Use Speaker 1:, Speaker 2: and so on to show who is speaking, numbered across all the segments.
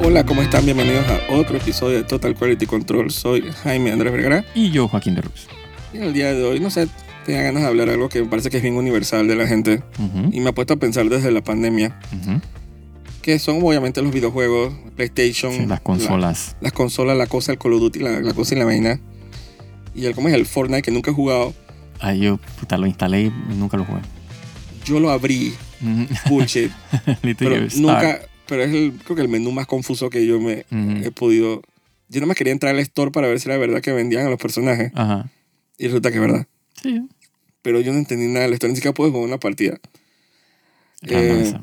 Speaker 1: Hola, ¿cómo están? Bienvenidos a otro episodio de Total Quality Control. Soy Jaime Andrés Vergara.
Speaker 2: Y yo, Joaquín de Rux.
Speaker 1: Y el día de hoy, no sé, tenía ganas de hablar algo que me parece que es bien universal de la gente.
Speaker 2: Ujú,
Speaker 1: Y me ha puesto a pensar desde la pandemia,
Speaker 2: ujú.
Speaker 1: que son obviamente los videojuegos, PlayStation,
Speaker 2: Sí, las
Speaker 1: la-
Speaker 2: consolas.
Speaker 1: las consolas, la cosa, el Call of Duty, la, la cosa y la vaina. Y el, ¿cómo es? El Fortnite, que nunca he jugado.
Speaker 2: Ahí yo, puta, lo instalé y nunca lo jugué.
Speaker 1: Yo lo abrí,
Speaker 2: Ujú.
Speaker 1: bullshit.
Speaker 2: Little
Speaker 1: pero
Speaker 2: Gear Star.
Speaker 1: nunca, Eh, pero es el, creo que el menú más confuso que yo me
Speaker 2: Ah, Ujú.
Speaker 1: he podido... Yo nada más quería entrar al store para ver si era verdad que vendían a los personajes.
Speaker 2: Ajá.
Speaker 1: Y resulta que es verdad. eh,
Speaker 2: Sí.
Speaker 1: pero yo no entendí nada. La historia ni siquiera pude jugar una partida.
Speaker 2: Random
Speaker 1: Eh,
Speaker 2: esa.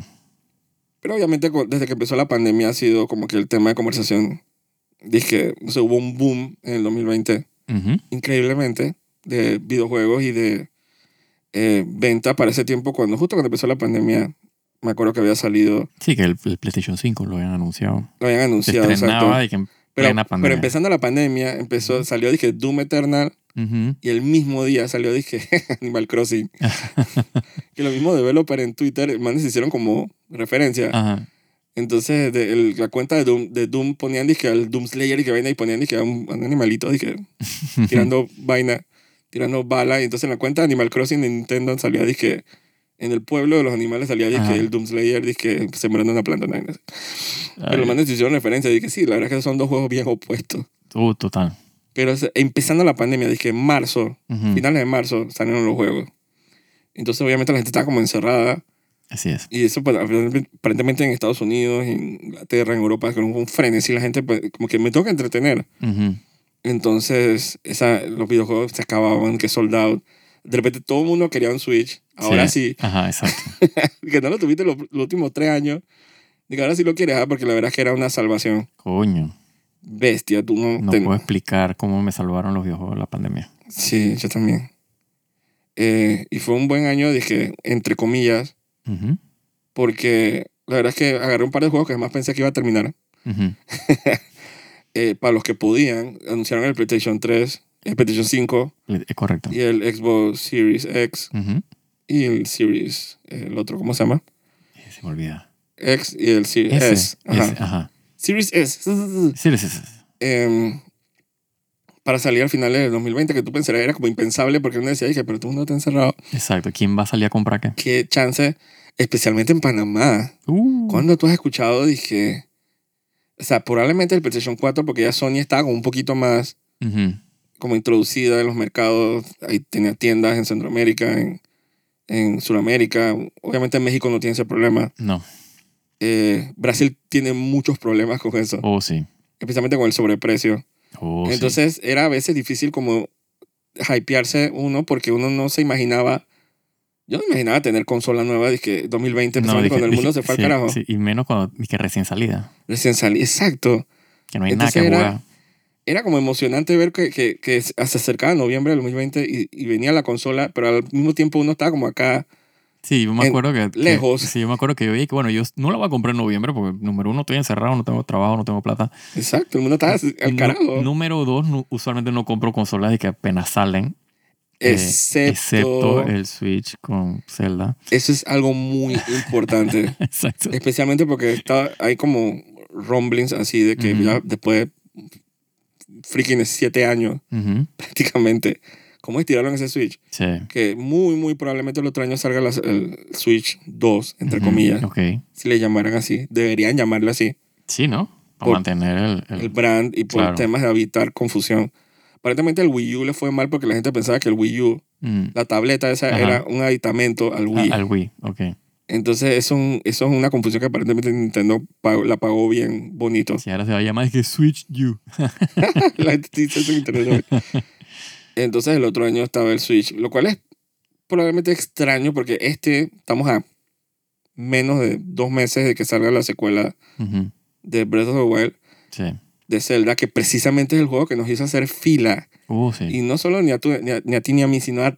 Speaker 1: Pero obviamente cu- desde que empezó la pandemia ha sido como que el tema de conversación. Dije, no sé, hubo un boom en el 2020,
Speaker 2: Ujú.
Speaker 1: increíblemente, de videojuegos y de eh, venta para ese tiempo. cuando Justo cuando empezó la pandemia, me acuerdo que había salido,
Speaker 2: Sí, que el, el PlayStation 5 lo habían anunciado.
Speaker 1: lo habían
Speaker 2: Se
Speaker 1: anunciado.
Speaker 2: estrenaba y que en
Speaker 1: Pero,
Speaker 2: plena
Speaker 1: pero
Speaker 2: pandemia.
Speaker 1: empezando la pandemia, empezó, salió, dije, Doom Eternal.
Speaker 2: Ujú.
Speaker 1: Y el mismo día salió, dije, Animal Crossing. que lo mismo developer en Twitter, manes hicieron como referencia.
Speaker 2: Ajá.
Speaker 1: Entonces, de, el- la cuenta de Doom, de Doom ponían dizque al Doom Slayer y que vaina y ponían dizque a un, a un animalito dizque, tirando vaina, tirando bala. Y entonces en la cuenta de Animal Crossing de Nintendo salía dizque, en el pueblo de los animales salía dizque
Speaker 2: Ajá.
Speaker 1: el Doom Slayer dizque, sembrando una planta. una vaina así. Pero los
Speaker 2: Ay,
Speaker 1: manes hicieron referencia y dije, sí, la verdad es que son dos juegos bien opuestos.
Speaker 2: uh, total.
Speaker 1: Pero o sea, empezando la pandemia, dije, en marzo,
Speaker 2: Ujú.
Speaker 1: finales de marzo, salieron los juegos. Entonces, obviamente, la gente estaba como encerrada.
Speaker 2: Así es.
Speaker 1: Y eso pues, aparentemente en Estados Unidos, en Inglaterra, en Europa, con un frenesí la gente pues, como que me toca entretener.
Speaker 2: Ujú.
Speaker 1: Entonces esa, los videojuegos se acababan, que sold out. De repente todo el mundo quería un Switch. Ahora sí,
Speaker 2: Ajá, exacto.
Speaker 1: que no lo tuviste los, los últimos tres años. Digo, ahora sí lo quieres, ah, porque la verdad es que era una salvación
Speaker 2: Coño.
Speaker 1: bestia. Tú no,
Speaker 2: No
Speaker 1: te-
Speaker 2: puedo explicar cómo me salvaron los videojuegos de la pandemia.
Speaker 1: Sí, yo también. Eh, y fue un buen año, dije, entre comillas,
Speaker 2: Ujú.
Speaker 1: porque la verdad es que agarré un par de juegos que jamás pensé que iba a terminar.
Speaker 2: Ujú.
Speaker 1: eh, para los que podían, anunciaron el PlayStation 3, el PlayStation 5
Speaker 2: Le- Es correcto.
Speaker 1: y el Xbox Series X
Speaker 2: Ujú.
Speaker 1: y el Series, eh, el otro, ¿cómo se llama?
Speaker 2: Se me olvida.
Speaker 1: X y el Series
Speaker 2: Ese,
Speaker 1: S. Ajá.
Speaker 2: ese, ajá.
Speaker 1: Series S.
Speaker 2: Sí, ese, ese.
Speaker 1: Em, para salir al final del 2020, que tú pensarías era como impensable porque uno decía, dije, pero todo el mundo está encerrado.
Speaker 2: Exacto. ¿Quién va a salir a comprar qué?
Speaker 1: ¿Qué chance? Especialmente en Panamá.
Speaker 2: Uh,
Speaker 1: ¿Cuándo tú has escuchado, dije... O sea, probablemente el PlayStation 4, porque ya Sony estaba como un poquito más
Speaker 2: ujú.
Speaker 1: como introducida en los mercados. Ahí tenía tiendas en Centroamérica, en, en Sudamérica. Obviamente en México no tiene ese problema.
Speaker 2: No.
Speaker 1: Eh, Brasil tiene muchos problemas con eso,
Speaker 2: Oh, sí.
Speaker 1: especialmente con el sobreprecio.
Speaker 2: Oh, sí.
Speaker 1: Entonces era a veces difícil como hypearse uno porque uno no se imaginaba. Yo no imaginaba tener consola nueva, dije 2020,
Speaker 2: No,
Speaker 1: especialmente
Speaker 2: dije-
Speaker 1: cuando el mundo
Speaker 2: dije-
Speaker 1: se fue
Speaker 2: sí,
Speaker 1: al carajo.
Speaker 2: sí, y menos cuando que recién salida.
Speaker 1: Recién salí, exacto.
Speaker 2: Que no hay
Speaker 1: Entonces
Speaker 2: nada que
Speaker 1: era-
Speaker 2: jugar.
Speaker 1: Era como emocionante ver que, que, que se acercaba noviembre del 2020 y, y venía la consola, pero al mismo tiempo uno estaba como acá
Speaker 2: Sí, yo me
Speaker 1: en-
Speaker 2: acuerdo que, que-
Speaker 1: lejos.
Speaker 2: Sí, yo me acuerdo que yo dije que, bueno, yo no la voy a comprar en noviembre porque, número uno, estoy encerrado, no tengo trabajo, no tengo plata.
Speaker 1: Exacto, el mundo estaba al
Speaker 2: Nu-
Speaker 1: carajo.
Speaker 2: número dos, nu- usualmente no compro consolas de que apenas salen, eh,
Speaker 1: excepto,
Speaker 2: excepto el Switch con Zelda.
Speaker 1: Eso es algo muy importante.
Speaker 2: Exacto.
Speaker 1: Eh. especialmente porque está, hay como rumblings así de que
Speaker 2: Ujú.
Speaker 1: ya después de freaking siete años
Speaker 2: Ujú.
Speaker 1: prácticamente, ¿cómo estiraron ese Switch?
Speaker 2: Sí.
Speaker 1: Que muy, muy probablemente el otro año salga la- el Switch 2, entre
Speaker 2: Ujú.
Speaker 1: comillas,
Speaker 2: Ok.
Speaker 1: si le llamaran así. Deberían llamarle así.
Speaker 2: Sí, ¿no? Para
Speaker 1: Por-
Speaker 2: mantener el... el-
Speaker 1: el brand y por
Speaker 2: Claro.
Speaker 1: temas de evitar confusión. Aparentemente el Wii U le fue mal porque la gente pensaba que el Wii U,
Speaker 2: Mm.
Speaker 1: la tableta esa
Speaker 2: Ajá.
Speaker 1: era un aditamento al Wii.
Speaker 2: Ah, al Wii, ok.
Speaker 1: Entonces eso, es un- eso es una confusión que aparentemente Nintendo pagó- la pagó bien bonito.
Speaker 2: Si ahora se va a llamar es que Switch U.
Speaker 1: la gente dice eso en internet hoy. Entonces el otro año estaba el Switch, lo cual es probablemente extraño porque este estamos a menos de dos meses de que salga la secuela
Speaker 2: Ujú,
Speaker 1: de Breath of the Wild
Speaker 2: Sí.
Speaker 1: de Zelda, que precisamente es el juego que nos hizo hacer fila
Speaker 2: Uh, sí.
Speaker 1: Y no solo ni a, tú- ni a, ni a ti ni a mí, sino a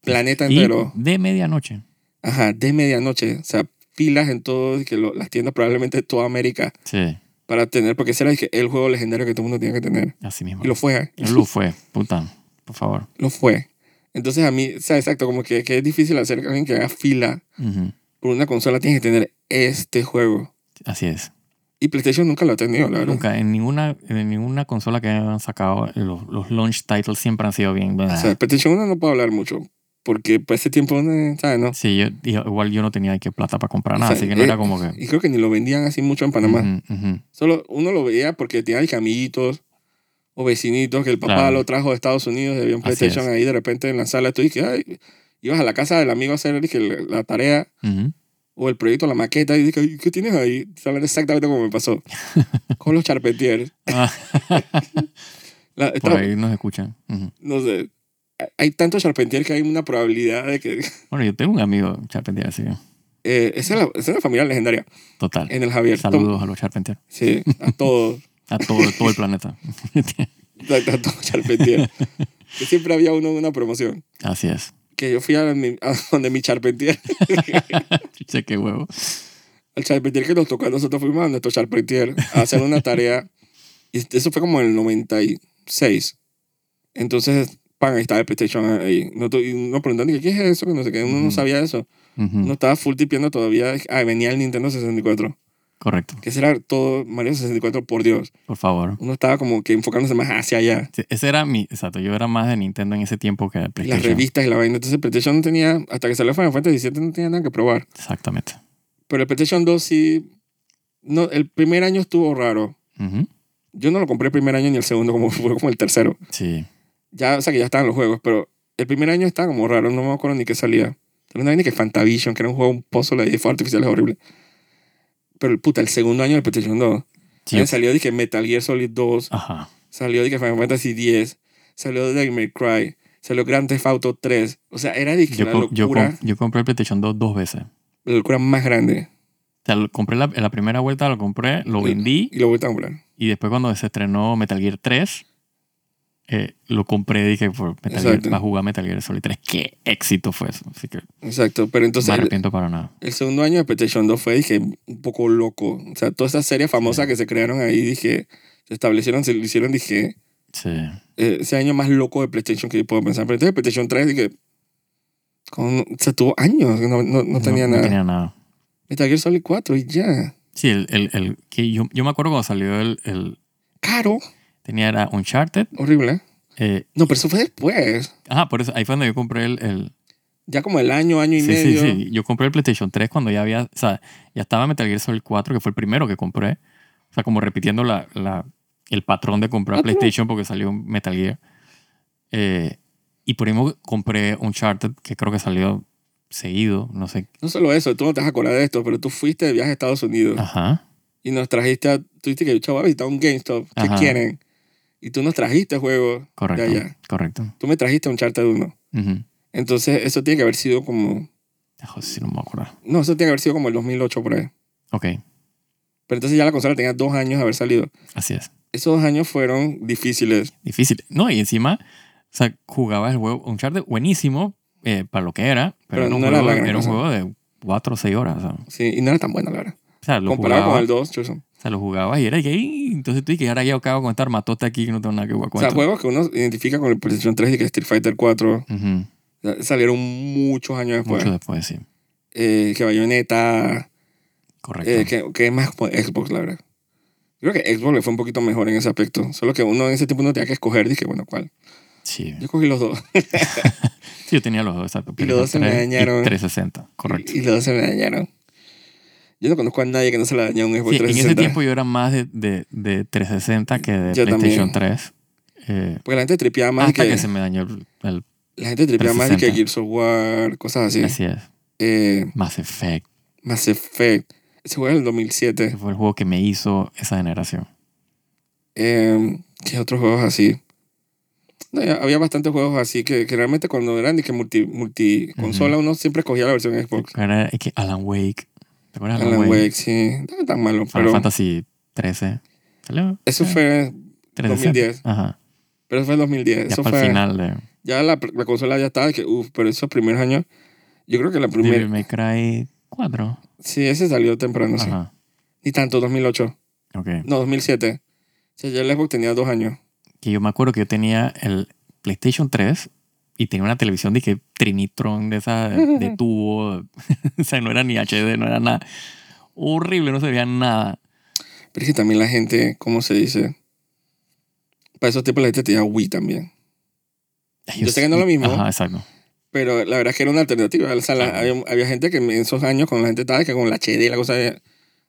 Speaker 1: planeta
Speaker 2: Y
Speaker 1: entero.
Speaker 2: de medianoche.
Speaker 1: Ajá, de medianoche. O sea, filas en todo, y que lo- las tiendas probablemente de toda América
Speaker 2: Sí,
Speaker 1: para tener, porque ese era el que- el juego legendario que todo el mundo tenía que tener.
Speaker 2: así mismo.
Speaker 1: Y lo fue, ¿eh?
Speaker 2: Lo fue, puta. Por favor.
Speaker 1: lo fue. Entonces a mí, o sea, exacto, como que, que es difícil hacer que alguien que haga fila
Speaker 2: Ujú,
Speaker 1: por una consola tiene que tener este juego.
Speaker 2: Así es.
Speaker 1: Y PlayStation nunca lo ha tenido, la verdad.
Speaker 2: Nunca, en ninguna, en ninguna consola que han sacado, los, los launch titles siempre han sido bien.
Speaker 1: O sea, PlayStation 1 no puedo hablar mucho. Porque para ese tiempo, eh, ¿sabes? No.
Speaker 2: sí, yo, yo- igual yo no tenía que plata para comprar nada,
Speaker 1: O sea,
Speaker 2: así que no
Speaker 1: eh,
Speaker 2: era como que.
Speaker 1: Y creo que ni lo vendían así mucho en Panamá.
Speaker 2: Ujú, ujú.
Speaker 1: Solo uno lo veía porque tenía de que amiguitos o vecinitos que el papá
Speaker 2: Claro.
Speaker 1: lo trajo de Estados Unidos y había un
Speaker 2: Así
Speaker 1: PlayStation
Speaker 2: es.
Speaker 1: ahí de repente en la sala. Tú dices, ay, ibas a la casa del amigo a hacer dije, la la tarea
Speaker 2: Ujú.
Speaker 1: o el proyecto, la maqueta. Y dije, "Ay, ¿qué tienes ahí? Saber exactamente cómo me pasó. Con los charpentiers.
Speaker 2: Ah,
Speaker 1: La- esta-
Speaker 2: por ahí nos escuchan. Ujú.
Speaker 1: no sé. Hay tantos charpentiers que hay una probabilidad de que...
Speaker 2: Bueno, yo tengo un amigo Charpentier, así que.
Speaker 1: Eh, esa, es la, esa es la familia legendaria.
Speaker 2: Total.
Speaker 1: En el Javier. Tom-
Speaker 2: Saludos a los Charpentier.
Speaker 1: Sí, a todos.
Speaker 2: A todo, todo el planeta.
Speaker 1: a, a todos charpentier. Que siempre había uno en una promoción.
Speaker 2: Así es.
Speaker 1: que yo fui a, mi- a donde mi charpentier,
Speaker 2: Che, qué huevo.
Speaker 1: al charpentier que nos tocó a nosotros fuimos a nuestro charpentier a hacer una tarea. Y eso fue como en el 96. Entonces, pan, ahí estaba el PlayStation ahí. No, tu- y uno preguntando, ¿qué es eso? Que no sé qué, uno no
Speaker 2: Ujú.
Speaker 1: sabía eso.
Speaker 2: Ujú.
Speaker 1: Uno estaba full tipiendo todavía. Ah, venía el Nintendo 64.
Speaker 2: Correcto,
Speaker 1: Que ese era todo Mario 64, por Dios.
Speaker 2: por favor.
Speaker 1: Uno estaba como que enfocándose más hacia allá.
Speaker 2: Sí, Ese era mi. Exacto, yo era más de Nintendo en ese tiempo que
Speaker 1: Y
Speaker 2: de
Speaker 1: las
Speaker 2: PlayStation.
Speaker 1: revistas y la vaina. Entonces, el PlayStation no tenía, hasta que salió Final Fantasy 17, no tenía nada que probar.
Speaker 2: Exactamente.
Speaker 1: Pero el PlayStation 2 sí. No, el primer año estuvo raro.
Speaker 2: Ujú.
Speaker 1: Yo no lo compré el primer año ni el segundo, como fue como el tercero.
Speaker 2: Sí.
Speaker 1: Ya, o sea, que ya estaban los juegos, pero el primer año estaba como raro, no me acuerdo ni qué salía. Tenía una vaina que Fantavision, que era un juego, un puzzle de fuegos artificiales horrible. Pero puta, el segundo año del PlayStation 2.
Speaker 2: Sí, Ah.
Speaker 1: ahí Salió, dije, Metal Gear Solid 2.
Speaker 2: Ajá.
Speaker 1: Salió, dije, Final Fantasy 10. Salió Devil May Cry. Salió Grand Theft Auto 3. O sea, era, dije,
Speaker 2: Yo,
Speaker 1: la
Speaker 2: co- yo
Speaker 1: locura,
Speaker 2: com- yo compré el PlayStation 2 dos veces. O
Speaker 1: la locura más grande.
Speaker 2: sea, lo compré la, en la primera vuelta, lo compré, lo vendí
Speaker 1: Y lo voy a comprar.
Speaker 2: y después cuando se estrenó Metal Gear 3, eh, lo compré y dije, por Metal
Speaker 1: Exacto.
Speaker 2: Gear, va a jugar Metal Gear Solid 3. ¡Qué éxito fue eso! Así que
Speaker 1: Exacto, pero
Speaker 2: no me
Speaker 1: entonces el-
Speaker 2: arrepiento para nada.
Speaker 1: El segundo año de PlayStation 2 fue, dije, un poco loco. O sea, todas estas series famosas
Speaker 2: Sí.
Speaker 1: que se crearon ahí, dije, se establecieron, se lo hicieron, dije,
Speaker 2: Sí.
Speaker 1: eh, ese año más loco de PlayStation que yo puedo pensar. Pero entonces PlayStation 3, dije, con, se tuvo años, no, no, no tenía nada.
Speaker 2: tenía nada.
Speaker 1: Metal Gear Solid 4 y ya.
Speaker 2: Sí, el, el, el- que yo, yo me acuerdo cuando salió el... el-
Speaker 1: Caro,
Speaker 2: tenía era Uncharted.
Speaker 1: horrible.
Speaker 2: eh,
Speaker 1: No, pero eso fue después.
Speaker 2: ajá, por eso, ahí fue donde yo compré el... el-
Speaker 1: Ya como el año, año y
Speaker 2: sí, sí,
Speaker 1: medio.
Speaker 2: sí. Yo compré el PlayStation 3 cuando ya había... O sea, ya estaba Metal Gear Solid 4, que fue el primero que compré. O sea, como repitiendo la, la- el patrón de comprar
Speaker 1: Ah, pero-
Speaker 2: PlayStation porque salió Metal Gear. Eh, y por eso compré Uncharted, que creo que salió seguido, no sé.
Speaker 1: No solo eso, tú no te vas a acordar de esto, pero tú fuiste de viaje a Estados Unidos.
Speaker 2: Ajá.
Speaker 1: y nos trajiste a, tú dijiste que chaval está un GameStop ¿qué
Speaker 2: Ajá.
Speaker 1: quieren y tú nos trajiste juegos
Speaker 2: Correcto.
Speaker 1: ya.
Speaker 2: Correcto.
Speaker 1: tú me trajiste un charter de uno
Speaker 2: Ujú.
Speaker 1: entonces eso tiene que haber sido como
Speaker 2: Joder, sí, no me acuerdo.
Speaker 1: no eso tiene que haber sido como el 2008 por ahí
Speaker 2: Ok,
Speaker 1: pero entonces ya la consola tenía dos años de haber salido
Speaker 2: así es.
Speaker 1: esos dos años fueron difíciles
Speaker 2: Difícil. No, y encima, o sea, jugabas el juego Uncharted buenísimo eh, para lo que era, pero,
Speaker 1: Pero
Speaker 2: era, un
Speaker 1: no era
Speaker 2: juego,
Speaker 1: la gran
Speaker 2: era un
Speaker 1: cosa.
Speaker 2: juego de 4 o 6 horas. O sea, o
Speaker 1: sí y no era tan buena la verdad
Speaker 2: sea, lo
Speaker 1: comparado
Speaker 2: jugabas
Speaker 1: con el 2 Chuzo.
Speaker 2: o sea, lo jugabas y era que "Ih", entonces tú y que ahora ya acabo con esta armatota aquí que no tengo nada que jugar
Speaker 1: o
Speaker 2: con
Speaker 1: sea
Speaker 2: esto".
Speaker 1: juegos que uno identifica con el PlayStation 3 y que Street Fighter 4
Speaker 2: Ujú,
Speaker 1: salieron muchos años después
Speaker 2: Mucho después, sí.
Speaker 1: Eh, que Bayonetta
Speaker 2: Correcto.
Speaker 1: Eh, que, que es más como Xbox, la verdad. Creo que Xbox le fue un poquito mejor en ese aspecto. Solo que uno en ese tiempo no tenía que escoger. Dije, bueno, ¿cuál?
Speaker 2: sí.
Speaker 1: Yo cogí los dos.
Speaker 2: Sí, yo tenía los dos, exacto.
Speaker 1: Y los dos se me
Speaker 2: PlayStation 3 y
Speaker 1: dañaron.
Speaker 2: 360, correcto.
Speaker 1: Y los dos se me dañaron. Yo no conozco a nadie que no se le dañó un Xbox
Speaker 2: Sí, en ese
Speaker 1: 360.
Speaker 2: tiempo yo era más de, de, de 360 que de
Speaker 1: Yo
Speaker 2: PlayStation
Speaker 1: también.
Speaker 2: 3. eh,
Speaker 1: Porque la gente tripeaba más
Speaker 2: hasta
Speaker 1: que,
Speaker 2: que, se me dañó el, el-
Speaker 1: La gente tripeaba más de que
Speaker 2: 360.
Speaker 1: Gears of War, cosas así.
Speaker 2: Así es.
Speaker 1: Eh,
Speaker 2: Mass Effect.
Speaker 1: Mass Effect. Ese juego es del
Speaker 2: que
Speaker 1: 2007.
Speaker 2: fue el juego que me hizo esa generación.
Speaker 1: Eh, ¿Qué otros juegos así? No, ya había bastantes juegos así que, que realmente cuando eran de que multi, multi consola uno siempre escogía la versión Xbox.
Speaker 2: Era es que Alan Wake. ¿Te acuerdas de
Speaker 1: Alan Wake, sí. No era tan malo,
Speaker 2: Final
Speaker 1: pero
Speaker 2: Fantasy 13. ¿Salió?
Speaker 1: eso
Speaker 2: Eh,
Speaker 1: fue,
Speaker 2: 360.
Speaker 1: 2010.
Speaker 2: Ajá.
Speaker 1: pero eso fue en 2010.
Speaker 2: Ya
Speaker 1: eso
Speaker 2: para
Speaker 1: fue,
Speaker 2: el final de
Speaker 1: ya la, la consola ya estaba, que uff, pero esos primeros años, yo creo que la primera,
Speaker 2: Devil May Cry 4.
Speaker 1: sí, ese salió temprano, sí.
Speaker 2: Ajá.
Speaker 1: Ni tanto, 2008,
Speaker 2: Ok.
Speaker 1: no, 2007. O sea, ya el Xbox tenía dos años.
Speaker 2: Que yo me acuerdo que yo tenía el PlayStation 3 y tenía una televisión de que Trinitron de esa de, de tubo. o sea, no era ni HD, no era nada. Horrible, no se veía nada.
Speaker 1: Pero es que también la gente, ¿cómo se dice? Para esos tipos la gente te diga Wii también.
Speaker 2: Ay,
Speaker 1: Yo sé que no es lo mismo.
Speaker 2: Ajá, exacto.
Speaker 1: Pero la verdad es que era una alternativa. O sea, la-
Speaker 2: Claro.
Speaker 1: había, había gente que en esos años, cuando la gente estaba, que con la HD y la cosa, de-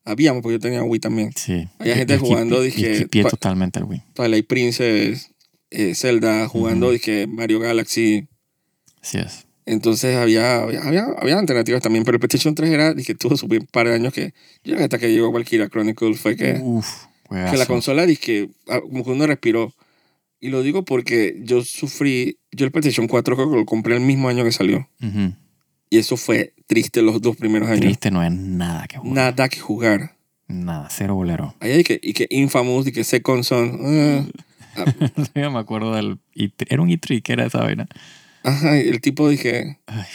Speaker 1: habíamos, porque yo tenía Wii también.
Speaker 2: Sí.
Speaker 1: Había
Speaker 2: Y-
Speaker 1: gente
Speaker 2: y esquipe-
Speaker 1: jugando,
Speaker 2: y
Speaker 1: dije,
Speaker 2: esquipeé
Speaker 1: pa-
Speaker 2: totalmente el Wii.
Speaker 1: Twilight Princess, eh, Zelda, jugando,
Speaker 2: Ujú.
Speaker 1: dije, Mario Galaxy.
Speaker 2: Así es.
Speaker 1: Entonces había, había, había, había alternativas también, pero el PlayStation 3 era, dije, tuvo su buen par de años que, yo creo que hasta que llegó Valkyria Chronicles fue que,
Speaker 2: Uf,
Speaker 1: que la
Speaker 2: juegazo.
Speaker 1: consola, dije, ah, como que uno respiró. Y lo digo porque yo sufrí, yo el PlayStation 4 creo que lo compré el mismo año que salió.
Speaker 2: Ujú.
Speaker 1: Y eso fue triste los dos primeros años.
Speaker 2: Triste no es nada que jugar.
Speaker 1: Nada que jugar.
Speaker 2: Nada, cero bolero.
Speaker 1: Ahí hay que, y que Infamous, y que Second Son. ah,
Speaker 2: Mm. Yo me acuerdo del E3. Era un E3 que era esa vaina.
Speaker 1: ajá, y el tipo dije,
Speaker 2: Ay,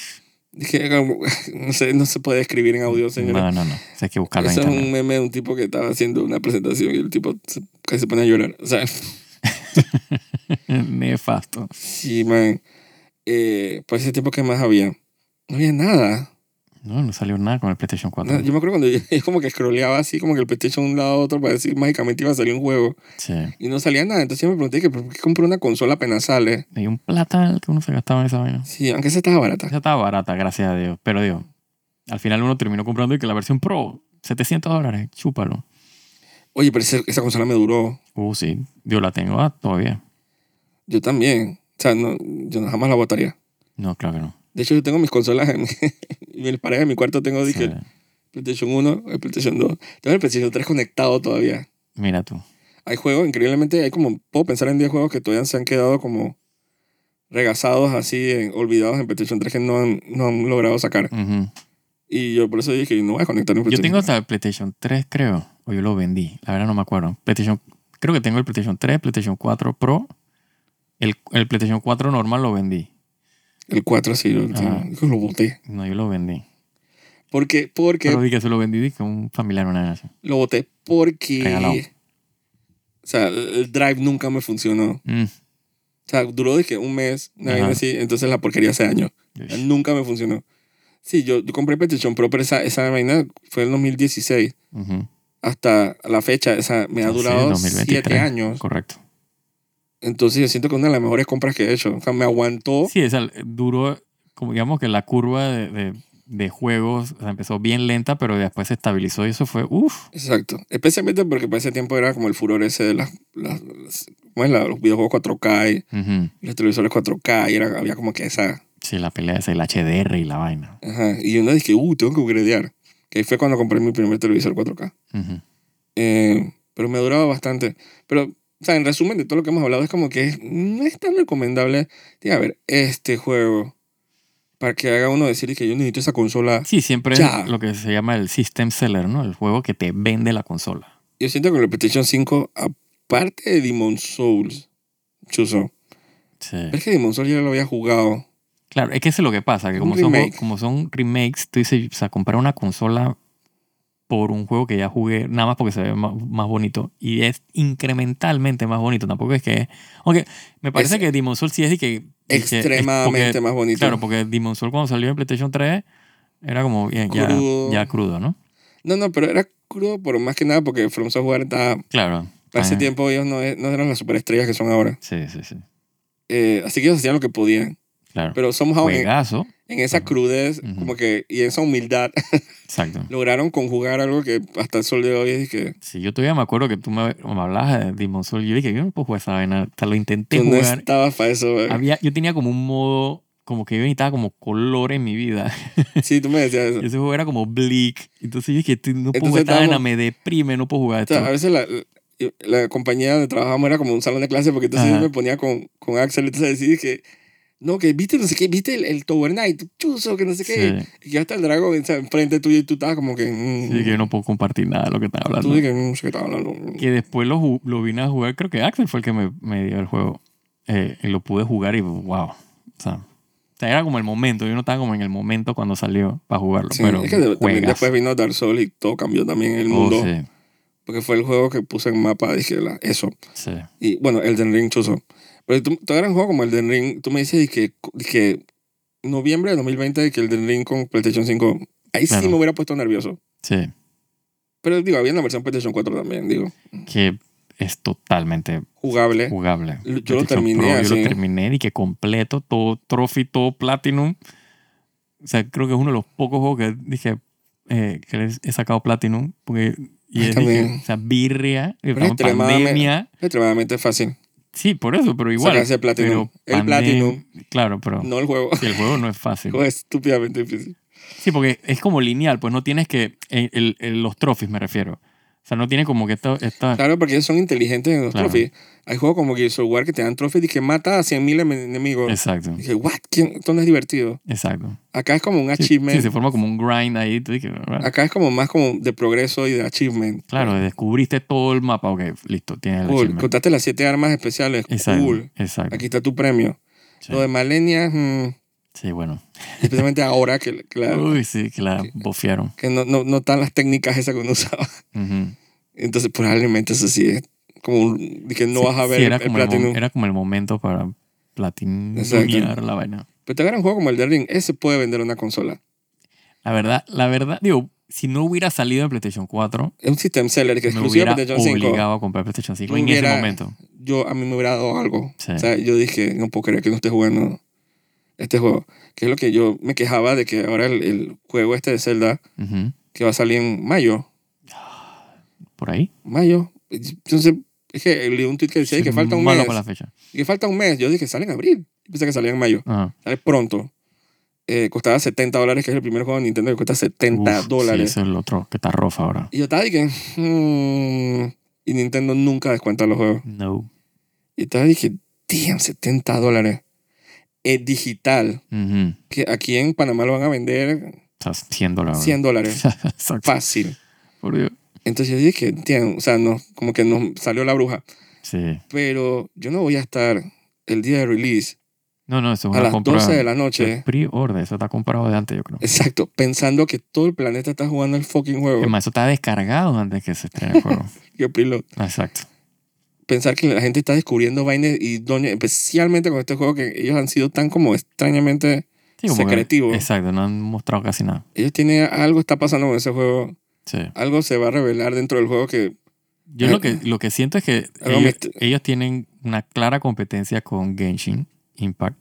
Speaker 1: dije ah, como- no, sé, no se puede escribir en audio, señor.
Speaker 2: no, no, no. O sea, Hay que buscarlo en
Speaker 1: Eso es
Speaker 2: internet.
Speaker 1: un meme de un tipo que estaba haciendo una presentación y el tipo se- casi se pone a llorar. O sea,
Speaker 2: Nefasto.
Speaker 1: sí, man. Eh, pues ese tiempo que más había. No había nada.
Speaker 2: No, no salió nada con el PlayStation 4.
Speaker 1: Nada. Yo me acuerdo cuando yo, yo como que scrolleaba así, como que el PlayStation de un lado a otro para decir mágicamente iba a salir un juego.
Speaker 2: Sí.
Speaker 1: Y no salía nada. Entonces yo me pregunté que ¿por qué compré una consola apenas sale?
Speaker 2: Hay un platal que uno se gastaba en esa vaina.
Speaker 1: Sí, aunque esa estaba barata.
Speaker 2: Esa estaba barata, gracias a Dios. Pero digo, al final uno terminó comprando y que la versión Pro, 700 dólares, chúpalo.
Speaker 1: Oye, pero ese- esa consola me duró.
Speaker 2: Uh, sí, yo la tengo ah, todavía.
Speaker 1: Yo también. O sea, no, yo jamás la botaría.
Speaker 2: No, claro que no.
Speaker 1: De hecho, yo tengo mis consolas en, en el pared de mi cuarto. Tengo dije,
Speaker 2: Sí.
Speaker 1: PlayStation 1, el PlayStation 2. Tengo el PlayStation 3 conectado todavía.
Speaker 2: Mira tú.
Speaker 1: Hay juegos, increíblemente, hay como, puedo pensar en 10 juegos que todavía se han quedado como regasados así, en- olvidados en PlayStation 3 que no han, no han logrado sacar.
Speaker 2: Ujú.
Speaker 1: Y yo por eso dije, no voy a conectar mi
Speaker 2: Yo
Speaker 1: PlayStation
Speaker 2: tengo
Speaker 1: 3.
Speaker 2: hasta el PlayStation 3, creo. O yo lo vendí. La verdad no me acuerdo. PlayStation, creo que tengo el PlayStation 3, PlayStation 4 Pro. El, el PlayStation 4 normal lo vendí.
Speaker 1: El 4 sí, yo,
Speaker 2: Ah.
Speaker 1: yo lo boté.
Speaker 2: No, yo lo vendí.
Speaker 1: Porque, porque,
Speaker 2: Pero di que se lo vendí di que a un familiar una vez.
Speaker 1: lo boté porque...
Speaker 2: Regalado.
Speaker 1: O sea, el drive nunca me funcionó.
Speaker 2: Mm.
Speaker 1: O sea, duró, dije, un mes, una
Speaker 2: Ajá.
Speaker 1: vaina así, entonces la porquería hace años.
Speaker 2: Ush.
Speaker 1: Nunca me funcionó. Sí, yo, yo compré PlayStation Pro, pero esa, esa vaina fue en 2016.
Speaker 2: Ujú.
Speaker 1: Hasta la fecha, esa me ha
Speaker 2: Entonces,
Speaker 1: durado
Speaker 2: 2023.
Speaker 1: siete años.
Speaker 2: Correcto.
Speaker 1: Entonces yo siento que es una de las mejores compras que he hecho. O sea, me aguantó.
Speaker 2: Sí, esa duró, como digamos que la curva de, de- de juegos o sea, empezó bien lenta, pero después se estabilizó y eso fue, uff,
Speaker 1: Exacto. Especialmente porque para ese tiempo era como el furor ese de las, las, las- ¿cómo es? La- los videojuegos 4K y los televisores 4K. Y era, había como que esa...
Speaker 2: sí, la pelea esa, el HDR y la vaina.
Speaker 1: Ajá. Y uno dije, uh, tengo que upgradear. Que ahí fue cuando compré mi primer televisor 4K.
Speaker 2: Ujú.
Speaker 1: Eh, pero me duraba bastante. Pero, o sea, en resumen de todo lo que hemos hablado, es como que es- no es tan recomendable. Diga, a ver, este juego, para que haga uno decir que yo necesito esa consola.
Speaker 2: Sí, siempre
Speaker 1: Ya.
Speaker 2: es lo que se llama el system seller, ¿no? El juego que te vende la consola.
Speaker 1: Yo siento que el PlayStation 5, aparte de Demon Souls, chuzo,
Speaker 2: Sí.
Speaker 1: pero es que Demon Souls ya lo había jugado.
Speaker 2: Claro, es que eso es lo que pasa, que
Speaker 1: Un
Speaker 2: como son,
Speaker 1: remake.
Speaker 2: juegos- como son remakes, tú dices, o sea, comprar una consola por un juego que ya jugué, nada más porque se ve ma- más, bonito, y es incrementalmente más bonito, tampoco es que... Aunque me parece
Speaker 1: Es
Speaker 2: que Demon Soul sí es de que... de que- es porque-
Speaker 1: extremadamente más bonito.
Speaker 2: Claro, porque Demon Soul cuando salió en PlayStation 3 era como ya ya- ya
Speaker 1: Crudo.
Speaker 2: crudo, ¿no?
Speaker 1: No, no, pero era crudo por más que nada porque From Software estaba...
Speaker 2: Claro.
Speaker 1: Para ese
Speaker 2: Ah,
Speaker 1: tiempo ellos no, e- no eran las superestrellas que son ahora.
Speaker 2: Sí, sí, sí.
Speaker 1: Eh, así que ellos hacían lo que podían.
Speaker 2: Claro.
Speaker 1: Pero somehow en,
Speaker 2: Juegazo.
Speaker 1: en esa
Speaker 2: Ujú.
Speaker 1: crudez
Speaker 2: Ujú.
Speaker 1: como que y esa humildad
Speaker 2: Exacto.
Speaker 1: lograron conjugar algo que hasta el sol de hoy es que
Speaker 2: Sí, yo todavía me acuerdo que tú me, me hablabas de Demon Soul. Yo dije, yo no puedo jugar esa vaina. Hasta lo intenté
Speaker 1: tú no
Speaker 2: jugar.
Speaker 1: estabas para eso. güey.
Speaker 2: Había, yo tenía como un modo, como que yo necesitaba como color en mi vida.
Speaker 1: Sí, tú me decías eso.
Speaker 2: Y ese juego era como bleak. Entonces yo dije, "Tú, no puedo
Speaker 1: Entonces
Speaker 2: jugar esta vaina,
Speaker 1: estábamos-
Speaker 2: me deprime, no puedo jugar
Speaker 1: O
Speaker 2: esto.
Speaker 1: sea, a veces la, la, la compañía donde trabajábamos era como un salón de clase porque entonces
Speaker 2: Ajá.
Speaker 1: yo me ponía con, con Axel entonces decía que no, que viste no sé qué, viste el, el Tower Knight, chuzo, que no sé qué.
Speaker 2: Sí,
Speaker 1: Y que hasta el dragón o sea, enfrente tuyo y tú estabas como que... mm,
Speaker 2: sí, que yo no puedo compartir nada de lo que están hablando.
Speaker 1: Tú de que mm, no sé qué estaba hablando.
Speaker 2: Que después lo, ju- lo vine a jugar, creo que Axel fue el que me, me dio el juego. Eh, y lo pude jugar y wow. O sea, o sea, era como el momento. Yo no estaba como en el momento cuando salió para jugarlo.
Speaker 1: Sí,
Speaker 2: pero
Speaker 1: es que de- también
Speaker 2: juegas. Oh,
Speaker 1: después vino Dark Souls y todo cambió también el mundo. Porque fue el juego que puse en mapa, dije, la, eso.
Speaker 2: sí, sí.
Speaker 1: Y bueno, Elden Ring, chuzo. Pero tú, todo era un juego como Elden Ring. Tú me dices de que, de que noviembre de 2020 de que Elden Ring con PlayStation 5, ahí sí
Speaker 2: Claro.
Speaker 1: me hubiera puesto nervioso.
Speaker 2: Sí.
Speaker 1: Pero digo, había una versión PlayStation 4 también, digo.
Speaker 2: que es totalmente
Speaker 1: Jugable.
Speaker 2: jugable.
Speaker 1: Yo Eh, lo
Speaker 2: PlayStation
Speaker 1: terminé
Speaker 2: Pro, Yo
Speaker 1: así.
Speaker 2: lo terminé y que completo, todo trophy, todo platinum. O sea, creo que es uno de los pocos juegos que dije eh, que les he sacado platinum. Porque, y
Speaker 1: Yo
Speaker 2: es,
Speaker 1: también.
Speaker 2: dije, o sea, birria, estamos en
Speaker 1: extremadamente-
Speaker 2: pandemia.
Speaker 1: Extremadamente fácil.
Speaker 2: Sí, por eso, pero
Speaker 1: Igual.
Speaker 2: igual.
Speaker 1: Sacarse el Platinum.
Speaker 2: pero
Speaker 1: el
Speaker 2: pandem-
Speaker 1: Platinum,
Speaker 2: Claro, pero
Speaker 1: no el juego.
Speaker 2: el juego no es fácil.
Speaker 1: Es estúpidamente difícil.
Speaker 2: Sí, porque es como lineal, pues no tienes que. el- el- el- los trophies me refiero. O sea, no tiene como que esta. esta-
Speaker 1: Claro, porque ellos son inteligentes en los
Speaker 2: Claro.
Speaker 1: trophies. Hay juegos como Gears of War que te dan trophies y que mata a 100.000 em- enemigos.
Speaker 2: Exacto,
Speaker 1: Dije, ¿what? ¿Quién? Esto no es divertido.
Speaker 2: exacto.
Speaker 1: Acá es como un
Speaker 2: Sí,
Speaker 1: achievement.
Speaker 2: sí, se forma como un grind ahí. tú dices, bueno,
Speaker 1: Acá es como más como de progreso y de achievement.
Speaker 2: Claro, descubriste todo el mapa. Ok, listo, tienes el
Speaker 1: Cool.
Speaker 2: achievement.
Speaker 1: Contaste las siete armas especiales.
Speaker 2: E. Exacto,
Speaker 1: Cool.
Speaker 2: exacto.
Speaker 1: Aquí está tu premio.
Speaker 2: Sí,
Speaker 1: Lo de Malenia, mm,
Speaker 2: sí, bueno.
Speaker 1: especialmente ahora que, que la-
Speaker 2: Uy, sí, que la bofearon.
Speaker 1: que no, no, no están las técnicas esas que uno usaba.
Speaker 2: Ujú.
Speaker 1: Entonces probablemente eso sí es como un- que no
Speaker 2: Sí,
Speaker 1: vas a
Speaker 2: sí,
Speaker 1: ver
Speaker 2: era,
Speaker 1: el, el
Speaker 2: como el mom-
Speaker 1: Platinum.
Speaker 2: era como el momento para platinar
Speaker 1: Exacto.
Speaker 2: la vaina.
Speaker 1: Pero te agarran un juego como el de Ring, ese puede vender una consola.
Speaker 2: La verdad, la verdad, digo, si no hubiera salido en PlayStation 4,
Speaker 1: Es un system seller que es
Speaker 2: me
Speaker 1: exclusivo
Speaker 2: hubiera
Speaker 1: de PlayStation 5.
Speaker 2: obligado a comprar PlayStation 5
Speaker 1: Me
Speaker 2: en
Speaker 1: hubiera-
Speaker 2: ese momento.
Speaker 1: Yo, a mí me hubiera dado algo.
Speaker 2: Sí.
Speaker 1: O sea, yo dije, no puedo creer que no esté jugando este juego. Que es lo que yo me quejaba de que ahora el, el juego este de Zelda,
Speaker 2: Ujú.
Speaker 1: que va a salir en mayo,
Speaker 2: Por ahí.
Speaker 1: mayo. Entonces, es que leí un tweet que decía
Speaker 2: Soy
Speaker 1: que falta un
Speaker 2: malo
Speaker 1: mes.
Speaker 2: para la fecha.
Speaker 1: Y que falta un mes. Yo dije, sale en abril. Pensé que salía en mayo.
Speaker 2: Ajá.
Speaker 1: Sale pronto. Eh, costaba 70 dólares, que es el primer juego de Nintendo que cuesta 70
Speaker 2: Uf,
Speaker 1: dólares.
Speaker 2: Sí, ese es el otro que está rofa ahora.
Speaker 1: Y yo estaba de que, mm, y Nintendo nunca descuenta los juegos.
Speaker 2: No.
Speaker 1: Y estaba dije, damn, 70 dólares. Es digital.
Speaker 2: Ujú.
Speaker 1: Que aquí en Panamá lo van a vender
Speaker 2: O sea, 100 dólares.
Speaker 1: 100 dólares.
Speaker 2: Exacto.
Speaker 1: Fácil.
Speaker 2: Por Dios.
Speaker 1: Entonces yo dije, damn, o sea, no, como que nos salió la bruja.
Speaker 2: Sí.
Speaker 1: Pero yo no voy a estar el día de release
Speaker 2: No, no, eso es
Speaker 1: a
Speaker 2: una
Speaker 1: las
Speaker 2: compra.
Speaker 1: 12 de la
Speaker 2: de
Speaker 1: noche.
Speaker 2: Pre-order, eso está comprado de antes, yo creo.
Speaker 1: Exacto, pensando que todo el planeta está jugando el fucking
Speaker 2: Es
Speaker 1: juego.
Speaker 2: más, eso está descargado antes que se estrene el juego.
Speaker 1: Yo pilo.
Speaker 2: Exacto.
Speaker 1: pensar que la gente está descubriendo vainas y doña, especialmente con este juego que ellos han sido tan como extrañamente.
Speaker 2: Sí, como que-
Speaker 1: Secretivo.
Speaker 2: exacto, no han mostrado casi nada.
Speaker 1: Ellos tienen algo está pasando con ese juego,
Speaker 2: Sí.
Speaker 1: algo se va a revelar dentro del juego que
Speaker 2: Yo lo que, lo que siento es que
Speaker 1: Algo
Speaker 2: ellos,
Speaker 1: mister-
Speaker 2: ellos tienen una clara competencia con Genshin Impact,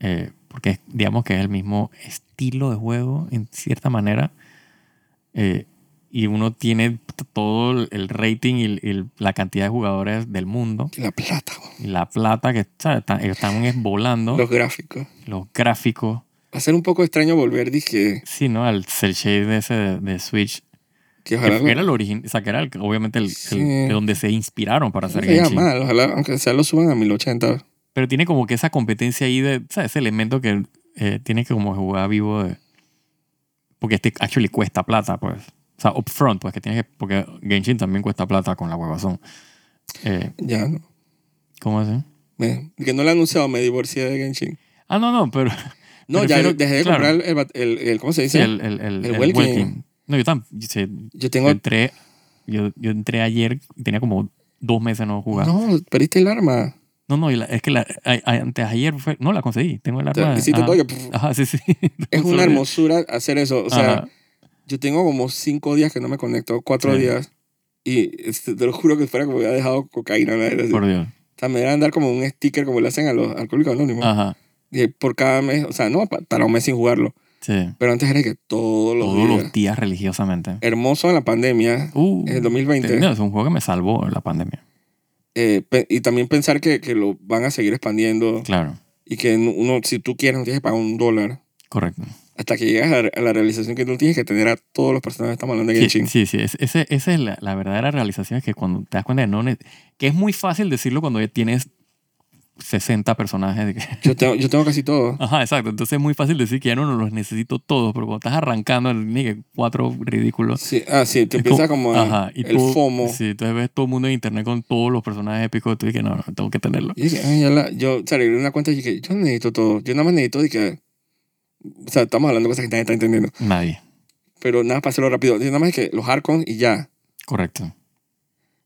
Speaker 2: eh, porque es- digamos que es el mismo estilo de juego en cierta manera, eh, y uno tiene t- todo el- el rating y, el- el- la cantidad de jugadores del mundo,
Speaker 1: la plata, güey,
Speaker 2: y la plata que ¿sabes? están, están es volando,
Speaker 1: los gráficos.
Speaker 2: los gráficos,
Speaker 1: Va a ser un poco extraño volver, dije,
Speaker 2: sí, ¿no? Al cel shade ese de, de Switch,
Speaker 1: que
Speaker 2: que
Speaker 1: ojalá
Speaker 2: era el original, o sea, que era el- obviamente el, el-
Speaker 1: Sí.
Speaker 2: de donde se inspiraron para
Speaker 1: no
Speaker 2: hacer
Speaker 1: sea
Speaker 2: Genshin.
Speaker 1: mal, ojalá aunque sea lo suban a 1080.
Speaker 2: Pero tiene como que esa competencia ahí de, ¿sabes? Ese elemento que eh, tiene que como jugar vivo de... Porque este actually cuesta plata, pues. O sea, upfront, pues que tienes que... Porque Genshin también cuesta plata con la huevazón. Eh,
Speaker 1: Ya no.
Speaker 2: ¿Cómo así?
Speaker 1: Me- que no lo he anunciado, me divorcié de Genshin.
Speaker 2: Ah, no, no, pero...
Speaker 1: No,
Speaker 2: Me
Speaker 1: ya
Speaker 2: refiero-
Speaker 1: dejé de
Speaker 2: claro.
Speaker 1: comprar el, bat- el, el- ¿cómo se dice?
Speaker 2: Sí, el, el, el,
Speaker 1: el
Speaker 2: el
Speaker 1: Welkin.
Speaker 2: Welkin. No, yo también...
Speaker 1: yo
Speaker 2: Yo
Speaker 1: tengo
Speaker 2: entré, yo, yo entré ayer y tenía como dos meses no jugar. No,
Speaker 1: No, perdiste el arma.
Speaker 2: no, y la- es que la, a- a- antes ayer fue... No, la conseguí. Tengo el
Speaker 1: O sea,
Speaker 2: arma. de-
Speaker 1: hiciste
Speaker 2: ajá.
Speaker 1: todo que-
Speaker 2: Ajá, sí, sí.
Speaker 1: Es
Speaker 2: Solo-
Speaker 1: una hermosura hacer eso. O sea,
Speaker 2: Ajá.
Speaker 1: yo tengo como cinco días que no me conecto, cuatro
Speaker 2: Sí.
Speaker 1: días. Y este, te lo juro que fuera como hubiera dejado cocaína. ¿no? Era así.
Speaker 2: Por Dios.
Speaker 1: O sea, me deberían dar como un sticker como le hacen a los alcohólicos anónimos.
Speaker 2: Ajá.
Speaker 1: Y por cada mes, o sea, no pa- para un mes sin jugarlo.
Speaker 2: Sí.
Speaker 1: Pero antes era que todos los
Speaker 2: todos
Speaker 1: días.
Speaker 2: los días religiosamente.
Speaker 1: Hermoso en la pandemia,
Speaker 2: Uh,
Speaker 1: en Eh, el 2020.
Speaker 2: no, es un juego que me salvó la pandemia.
Speaker 1: eh, pe- y también pensar que, que lo van a seguir expandiendo.
Speaker 2: Claro,
Speaker 1: Y que no- uno, si tú quieres, no tienes que pagar un dólar.
Speaker 2: correcto.
Speaker 1: Hasta que llegas a la, a la realización que tú tienes que tener a todos los personajes que estamos hablando de
Speaker 2: Sí,
Speaker 1: Genshin.
Speaker 2: sí, sí, es- ese- esa es la, la verdadera realización, es que cuando te das cuenta de no... ne- Que es muy fácil decirlo cuando ya tienes 60 personajes. de que-
Speaker 1: Yo, tengo, yo tengo casi todo.
Speaker 2: Ajá, exacto. Entonces es muy fácil decir que ya no los necesito todos, pero cuando estás arrancando, ni que cuatro ridículos.
Speaker 1: Sí, ah, sí, te
Speaker 2: Es
Speaker 1: empieza como, a-
Speaker 2: ajá, y
Speaker 1: el
Speaker 2: tú-
Speaker 1: FOMO.
Speaker 2: Sí, entonces ves todo el mundo en internet con todos los personajes épicos. Tú dices, no, no, tengo que tenerlo.
Speaker 1: Y dije, ay, ya la- yo o sea, arreglé una cuenta y dije, yo no necesito todo. Yo nada más necesito de que. O sea, estamos hablando de cosas que nadie está entendiendo.
Speaker 2: Nadie.
Speaker 1: Pero nada, para hacerlo rápido. Yo nada más que los Harkons y ya.
Speaker 2: Correcto.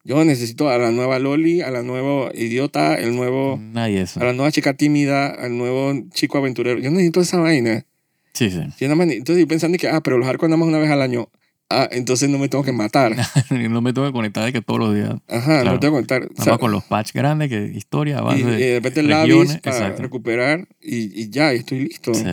Speaker 1: Yo necesito a la nueva Loli, a la nueva idiota, el nuevo.
Speaker 2: Nadie eso.
Speaker 1: A la nueva chica tímida, al nuevo chico aventurero. Yo necesito esa vaina.
Speaker 2: Sí, sí.
Speaker 1: Yo nada más, ne- entonces yo pensando de que, ah, pero los Harkons nada más una vez al año. ah, entonces no me tengo que matar.
Speaker 2: no me tengo que conectar de que todos los días.
Speaker 1: Ajá, no
Speaker 2: Claro.
Speaker 1: me tengo que contar. O
Speaker 2: Nada
Speaker 1: sea,
Speaker 2: más con los patch grandes, que historia,
Speaker 1: y,
Speaker 2: avance.
Speaker 1: y de repente el
Speaker 2: regiones,
Speaker 1: Lavis para
Speaker 2: exacto.
Speaker 1: recuperar y, y ya, y estoy listo.
Speaker 2: Sí.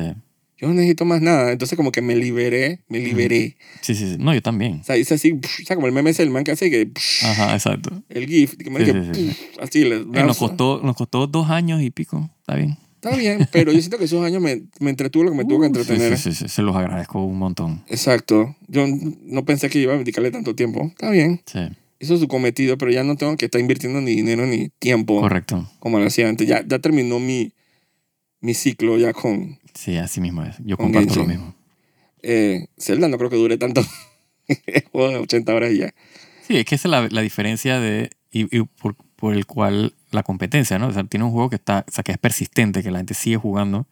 Speaker 1: Yo no necesito más nada. Entonces como que me liberé, me liberé.
Speaker 2: Sí, sí, sí. No, yo también.
Speaker 1: O sea, hice así, o sea, como el meme es el man que hace que...
Speaker 2: Ajá, exacto.
Speaker 1: El GIF, que, man,
Speaker 2: Sí,
Speaker 1: que,
Speaker 2: sí, sí,
Speaker 1: así, la-
Speaker 2: Eh, nos, costó, nos costó dos años y pico. Está bien.
Speaker 1: Está bien, pero yo siento que esos años me, me entretuvo lo que me tuvo que
Speaker 2: Uh, sí,
Speaker 1: entretener. ¿eh?
Speaker 2: sí, sí, sí. Se los agradezco un montón.
Speaker 1: Exacto. Yo no pensé que iba a dedicarle tanto tiempo. Está bien.
Speaker 2: Sí,
Speaker 1: Hizo su cometido, pero ya no tengo que estar invirtiendo ni dinero ni tiempo
Speaker 2: correcto.
Speaker 1: como lo hacía antes. Ya, ya terminó mi, mi ciclo ya con
Speaker 2: Sí, así mismo es. Yo
Speaker 1: Con
Speaker 2: comparto lo
Speaker 1: Genshin.
Speaker 2: mismo.
Speaker 1: eh, Zelda. No creo que dure tanto. Juego de 80 horas y ya.
Speaker 2: Sí, es que esa es la, la diferencia de. Y, y por, por el cual la competencia, ¿no? O sea, tiene un juego que está. O sea, que es persistente, que la gente sigue jugando.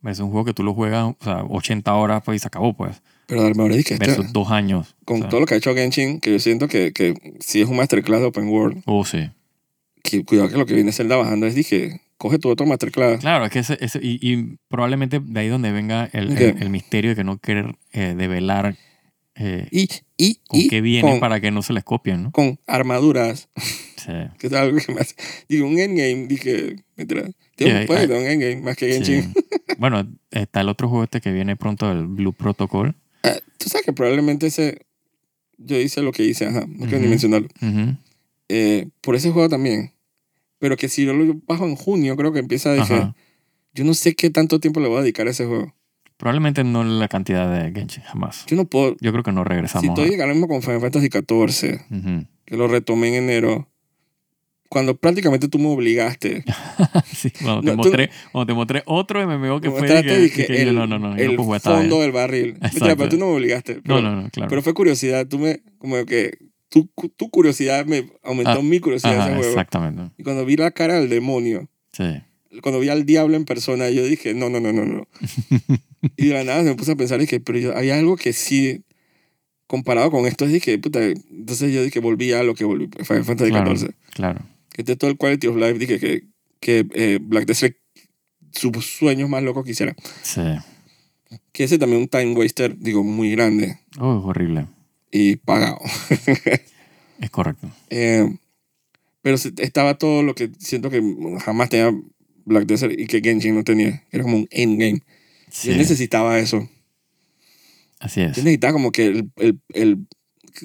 Speaker 2: Versus un juego que tú lo juegas, o sea, 80 horas, pues y se acabó, pues.
Speaker 1: Pero Darme ahora que este-
Speaker 2: Versus dos años.
Speaker 1: con
Speaker 2: o sea.
Speaker 1: todo lo que ha hecho Genshin, que yo siento que, que si es un masterclass de Open World,
Speaker 2: Oh, sí.
Speaker 1: que cuidado que lo que viene Zelda bajando es, dije, coge tu otro masterclass.
Speaker 2: Claro, es que ese, ese- y, y probablemente de ahí donde venga el, el-
Speaker 1: Ok.
Speaker 2: el misterio de que no querer eh, develar eh,
Speaker 1: Y, y,
Speaker 2: con
Speaker 1: y
Speaker 2: qué viene
Speaker 1: con-
Speaker 2: para que no se les copien, ¿no?
Speaker 1: con armaduras.
Speaker 2: Sí,
Speaker 1: que es algo que me hace. Digo, un endgame, dije, mientras. Tengo
Speaker 2: Yeah,
Speaker 1: un puesto,
Speaker 2: I-
Speaker 1: un endgame, más que
Speaker 2: sí.
Speaker 1: Genshin.
Speaker 2: Bueno, está el otro juego este que viene pronto, el Blue Protocol.
Speaker 1: Ah, Tú sabes que probablemente ese. Yo hice lo que hice, ajá, no quiero ni
Speaker 2: Ujú.
Speaker 1: mencionarlo.
Speaker 2: Ujú,
Speaker 1: Eh, por ese juego también. Pero que si yo lo bajo en junio, creo que empieza a
Speaker 2: ajá.
Speaker 1: Yo no sé qué tanto tiempo le voy a dedicar a ese juego.
Speaker 2: Probablemente no la cantidad de Genshin, jamás.
Speaker 1: Yo no puedo.
Speaker 2: Yo creo que no
Speaker 1: si
Speaker 2: regresamos. a-
Speaker 1: estoy llegando mismo con Final Fantasy XIV,
Speaker 2: Ujú.
Speaker 1: que lo retomé en enero, cuando prácticamente tú me obligaste.
Speaker 2: Sí,
Speaker 1: No,
Speaker 2: cuando, te
Speaker 1: tú-
Speaker 2: mostré, cuando te mostré otro MMO que
Speaker 1: me
Speaker 2: fue... de
Speaker 1: trataste,
Speaker 2: que-
Speaker 1: dije,
Speaker 2: que-
Speaker 1: el,
Speaker 2: no, no, no, yo
Speaker 1: el
Speaker 2: no puedo jugar esta
Speaker 1: fondo
Speaker 2: vaina.
Speaker 1: del barril. Mentira,
Speaker 2: Exacto.
Speaker 1: pero tú no me obligaste.
Speaker 2: No,
Speaker 1: pero-
Speaker 2: no, no, claro.
Speaker 1: Pero fue curiosidad, tú me, como que tu, tu curiosidad me aumentó
Speaker 2: Ah,
Speaker 1: mi curiosidad de
Speaker 2: Ajá,
Speaker 1: ese juego.
Speaker 2: exactamente.
Speaker 1: Y cuando vi la cara del demonio,
Speaker 2: Sí.
Speaker 1: cuando vi al diablo en persona, yo dije, no, no, no, no, no. y de la nada me puse a pensar, dije, pero yo- hay algo que sí, comparado con esto, dije, puta, entonces yo dije, volví a lo que volví, pues, Final Fantasy
Speaker 2: Claro.
Speaker 1: XIV.
Speaker 2: Claro.
Speaker 1: Que este todo el quality of life, dije que, que eh, Black Desert, sus sueños más locos quisiera.
Speaker 2: Sí.
Speaker 1: Que ese también un time waster, digo, muy grande
Speaker 2: Oh, es horrible.
Speaker 1: y pagado.
Speaker 2: Es correcto.
Speaker 1: Eh, pero se- estaba todo lo que siento que jamás tenía Black Desert y que Genshin no tenía. Era como un endgame.
Speaker 2: Sí,
Speaker 1: Yo necesitaba eso.
Speaker 2: así
Speaker 1: Yo
Speaker 2: es.
Speaker 1: necesitaba como que el... el, el-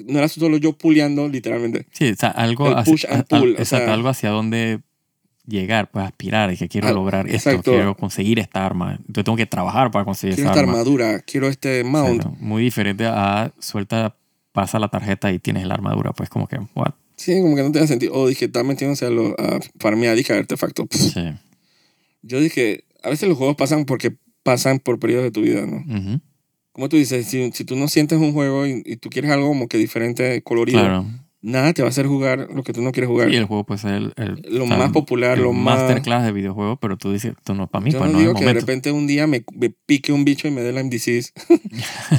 Speaker 1: no era solo yo puleando, literalmente.
Speaker 2: Sí, o sea, algo
Speaker 1: El
Speaker 2: hacia,
Speaker 1: push and
Speaker 2: a- a-
Speaker 1: pull, o
Speaker 2: exacto,
Speaker 1: sea-
Speaker 2: algo hacia dónde llegar, pues aspirar, y que quiero
Speaker 1: Ah,
Speaker 2: lograr esto,
Speaker 1: exacto.
Speaker 2: quiero conseguir esta arma. Entonces tengo que trabajar para conseguir
Speaker 1: Quiero
Speaker 2: esta
Speaker 1: esta
Speaker 2: arma.
Speaker 1: armadura, quiero este mount.
Speaker 2: Exacto. Muy diferente a suelta, pasa la tarjeta y tienes la armadura, pues como que, what?
Speaker 1: Sí, como que no tenía sentido. O dije, estaba metiéndose a, lo, a farmear y que artefacto. Pff.
Speaker 2: Sí.
Speaker 1: Yo dije, a veces los juegos pasan porque pasan por periodos de tu vida, ¿no?
Speaker 2: Ujú.
Speaker 1: Como tú dices, si, si tú no sientes un juego y, y tú quieres algo como que diferente, colorido,
Speaker 2: Claro.
Speaker 1: nada te va a hacer jugar lo que tú no quieres jugar.
Speaker 2: Y el juego puede ser el, el-
Speaker 1: lo
Speaker 2: o sea,
Speaker 1: más popular,
Speaker 2: el
Speaker 1: lo más...
Speaker 2: masterclass de videojuego, pero tú dices, tú no, para mí,
Speaker 1: Yo
Speaker 2: pues
Speaker 1: no
Speaker 2: no es el
Speaker 1: digo que de
Speaker 2: momento.
Speaker 1: repente un día me, me pique un bicho y me dé Lyme disease.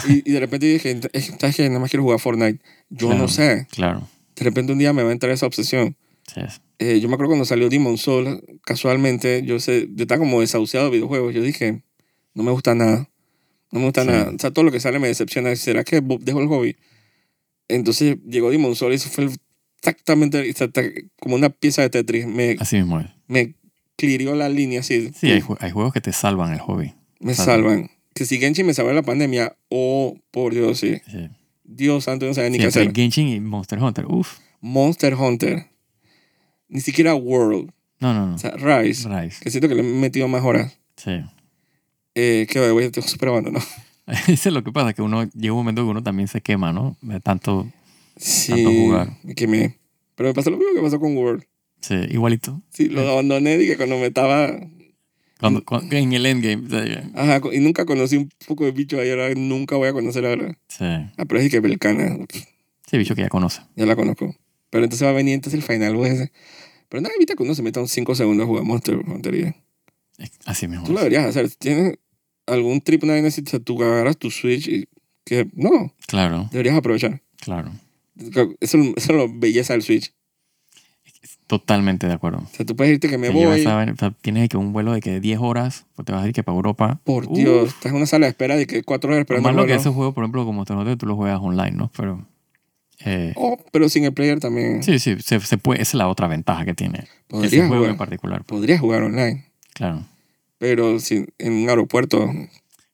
Speaker 1: y, y de repente dije, "Es que, ¿sabes qué? Nada más quiero jugar Fortnite. Yo
Speaker 2: Claro.
Speaker 1: no sé.
Speaker 2: Claro.
Speaker 1: De repente un día me va a entrar esa obsesión.
Speaker 2: Sí, es-
Speaker 1: Eh, yo me acuerdo cuando salió Demon Soul, casualmente, yo, sé, yo estaba como desahuciado de videojuegos. Yo dije, no me gusta nada. No me gusta
Speaker 2: Sí.
Speaker 1: nada. O sea, todo lo que sale me decepciona. ¿Será que bu- dejo el hobby? Entonces llegó Demon Soul y eso fue exactamente exacta- como una pieza de Tetris. Me,
Speaker 2: así mismo es.
Speaker 1: me clirió la línea así.
Speaker 2: Sí, hay, jue- hay juegos que te salvan el hobby.
Speaker 1: me
Speaker 2: Exacto.
Speaker 1: salvan. Que si Genshin me salva de la pandemia, oh, por Dios, sí.
Speaker 2: Sí.
Speaker 1: Dios santo, yo no sabía ni
Speaker 2: Sí,
Speaker 1: qué
Speaker 2: entre
Speaker 1: hacer.
Speaker 2: Genshin y Monster Hunter. Uf.
Speaker 1: Monster Hunter. Ni siquiera World.
Speaker 2: No, no, no.
Speaker 1: O sea, Rise.
Speaker 2: Rise.
Speaker 1: Que siento que le he metido más horas.
Speaker 2: Sí.
Speaker 1: Eh, que voy, estoy súper abandonado.
Speaker 2: Eso es lo que pasa, que uno llega un momento que uno también se quema, ¿no? De tanto. Tanto
Speaker 1: Sí.
Speaker 2: jugar.
Speaker 1: Me quemé. Pero me pasó lo mismo que pasó con World.
Speaker 2: Sí, igualito.
Speaker 1: Sí, lo
Speaker 2: Sí.
Speaker 1: abandoné y que cuando me estaba... Mm.
Speaker 2: Cuando, cu- en el endgame. Sí.
Speaker 1: Ajá, co- y nunca conocí un poco de bicho ahí, ahora nunca voy a conocer ahora.
Speaker 2: Sí.
Speaker 1: Ah, pero es que Belcana,
Speaker 2: Ese bicho que ya conoce.
Speaker 1: ya la conozco. Pero entonces va a venir entonces el final, pues. Pero nada, evita que uno se meta un 5 segundos a jugar Monster Hunter. y-
Speaker 2: Es Así mismo.
Speaker 1: Tú lo deberías hacer. Si tienes algún trip, una vaina así, o sea, tú agarras tu Switch y que no,
Speaker 2: Claro,
Speaker 1: deberías aprovechar.
Speaker 2: claro.
Speaker 1: Eso, eso es la belleza del Switch.
Speaker 2: Totalmente de acuerdo.
Speaker 1: O sea, tú puedes irte que me
Speaker 2: Te
Speaker 1: voy.
Speaker 2: llevas a ver- o sea, tienes que un vuelo de que 10 horas, pues te vas a ir que para Europa.
Speaker 1: Por
Speaker 2: Uf,
Speaker 1: Dios, estás en una sala de espera de que cuatro horas
Speaker 2: lo
Speaker 1: esperando. el
Speaker 2: malo que
Speaker 1: vuelo.
Speaker 2: esos juegos, por ejemplo, como Toronto, tú los juegas online, ¿no? Pero. eh,
Speaker 1: Oh, pero sin el player también.
Speaker 2: Sí, sí, se, se puede, esa es la otra ventaja que tiene ese
Speaker 1: podrías,
Speaker 2: juego
Speaker 1: jugar,
Speaker 2: en particular. pues,
Speaker 1: podrías jugar online,
Speaker 2: Claro.
Speaker 1: pero sin, en un aeropuerto.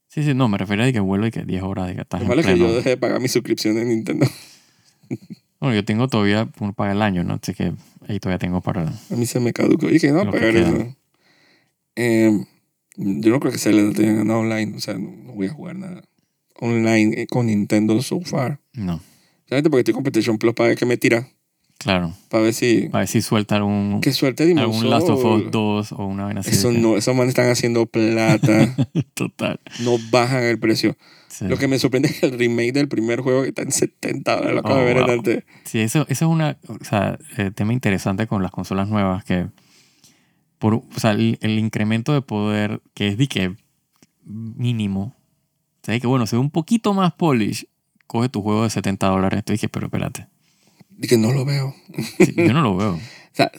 Speaker 2: Sí, sí, no, me refería a que vuelo y que 10 horas de que estás
Speaker 1: Lo
Speaker 2: en
Speaker 1: malo es que
Speaker 2: pleno.
Speaker 1: yo dejé de pagar mi suscripción de Nintendo.
Speaker 2: Bueno, yo tengo todavía uno para el año, ¿no? Así que ahí todavía tengo para...
Speaker 1: A mí se me caducó. Y dije, no,
Speaker 2: Lo que
Speaker 1: pagar
Speaker 2: queda.
Speaker 1: eso. Eh, yo no creo que se le tenga nada online. O sea, no, no voy a jugar nada online eh, con Nintendo so far.
Speaker 2: No,
Speaker 1: Solamente porque estoy con Competition Plus para ver qué me tira.
Speaker 2: claro.
Speaker 1: Para ver si...
Speaker 2: A ver si suelta algún,
Speaker 1: Qué suerte de
Speaker 2: algún Last of Us 2 o una vaina así.
Speaker 1: Eso
Speaker 2: de que-
Speaker 1: no, esos manes están haciendo plata.
Speaker 2: Total.
Speaker 1: no bajan el precio.
Speaker 2: Sí,
Speaker 1: Lo que me sorprende es que el remake del primer juego que está en 70 dólares. Lo acabo
Speaker 2: Oh,
Speaker 1: de ver en
Speaker 2: wow.
Speaker 1: antes.
Speaker 2: Sí, eso, eso es una, o sea, eh, tema interesante con las consolas nuevas que... Por, o sea, el, el incremento de poder que es de que mínimo. O sea, de que bueno, se ve un poquito más polish. Coge tu juego de 70 dólares. Tú dije, pero espérate.
Speaker 1: Dije, no lo veo.
Speaker 2: Sí, yo no lo veo.
Speaker 1: O sea,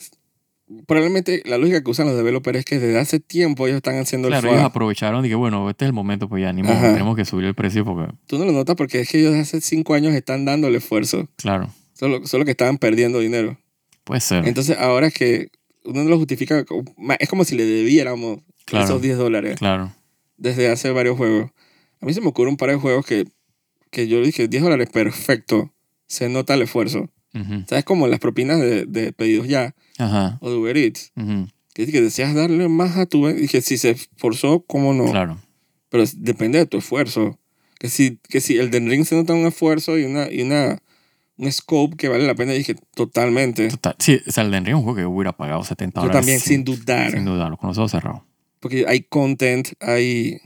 Speaker 1: probablemente la lógica que usan los developers es que desde hace tiempo ellos están haciendo
Speaker 2: Claro,
Speaker 1: el
Speaker 2: ellos
Speaker 1: FA.
Speaker 2: aprovecharon y que bueno, este es el momento, pues ya, ni modo,
Speaker 1: Ajá.
Speaker 2: tenemos que subir el precio porque,
Speaker 1: Tú no lo notas porque es que ellos desde hace 5 años están dando el esfuerzo.
Speaker 2: claro,
Speaker 1: Solo, solo que estaban perdiendo dinero.
Speaker 2: puede ser.
Speaker 1: Entonces ahora es que uno lo justifica, con- ma- es como si le debiéramos
Speaker 2: Claro.
Speaker 1: esos 10 dólares
Speaker 2: claro,
Speaker 1: desde hace varios juegos. A mí se me ocurre un par de juegos que, que yo dije 10 dólares, perfecto. Se nota el esfuerzo.
Speaker 2: ujú,
Speaker 1: ¿Sabes? Como las propinas de, de pedidos ya
Speaker 2: ajá,
Speaker 1: o de Uber Eats.
Speaker 2: ujú,
Speaker 1: Que, que deseas darle más a tu... Y que si se esforzó, ¿cómo no?
Speaker 2: claro,
Speaker 1: Pero es- depende de tu esfuerzo. Que si, que si el Den Ring se nota un esfuerzo y una... Y una un scope que vale la pena, dije totalmente.
Speaker 2: total. Sí, o sea, el de Enrique es un juego que yo hubiera pagado 70
Speaker 1: Yo
Speaker 2: dólares.
Speaker 1: también, sin dudar.
Speaker 2: Sin dudarlo, con los ojos cerrados.
Speaker 1: Porque hay content, hay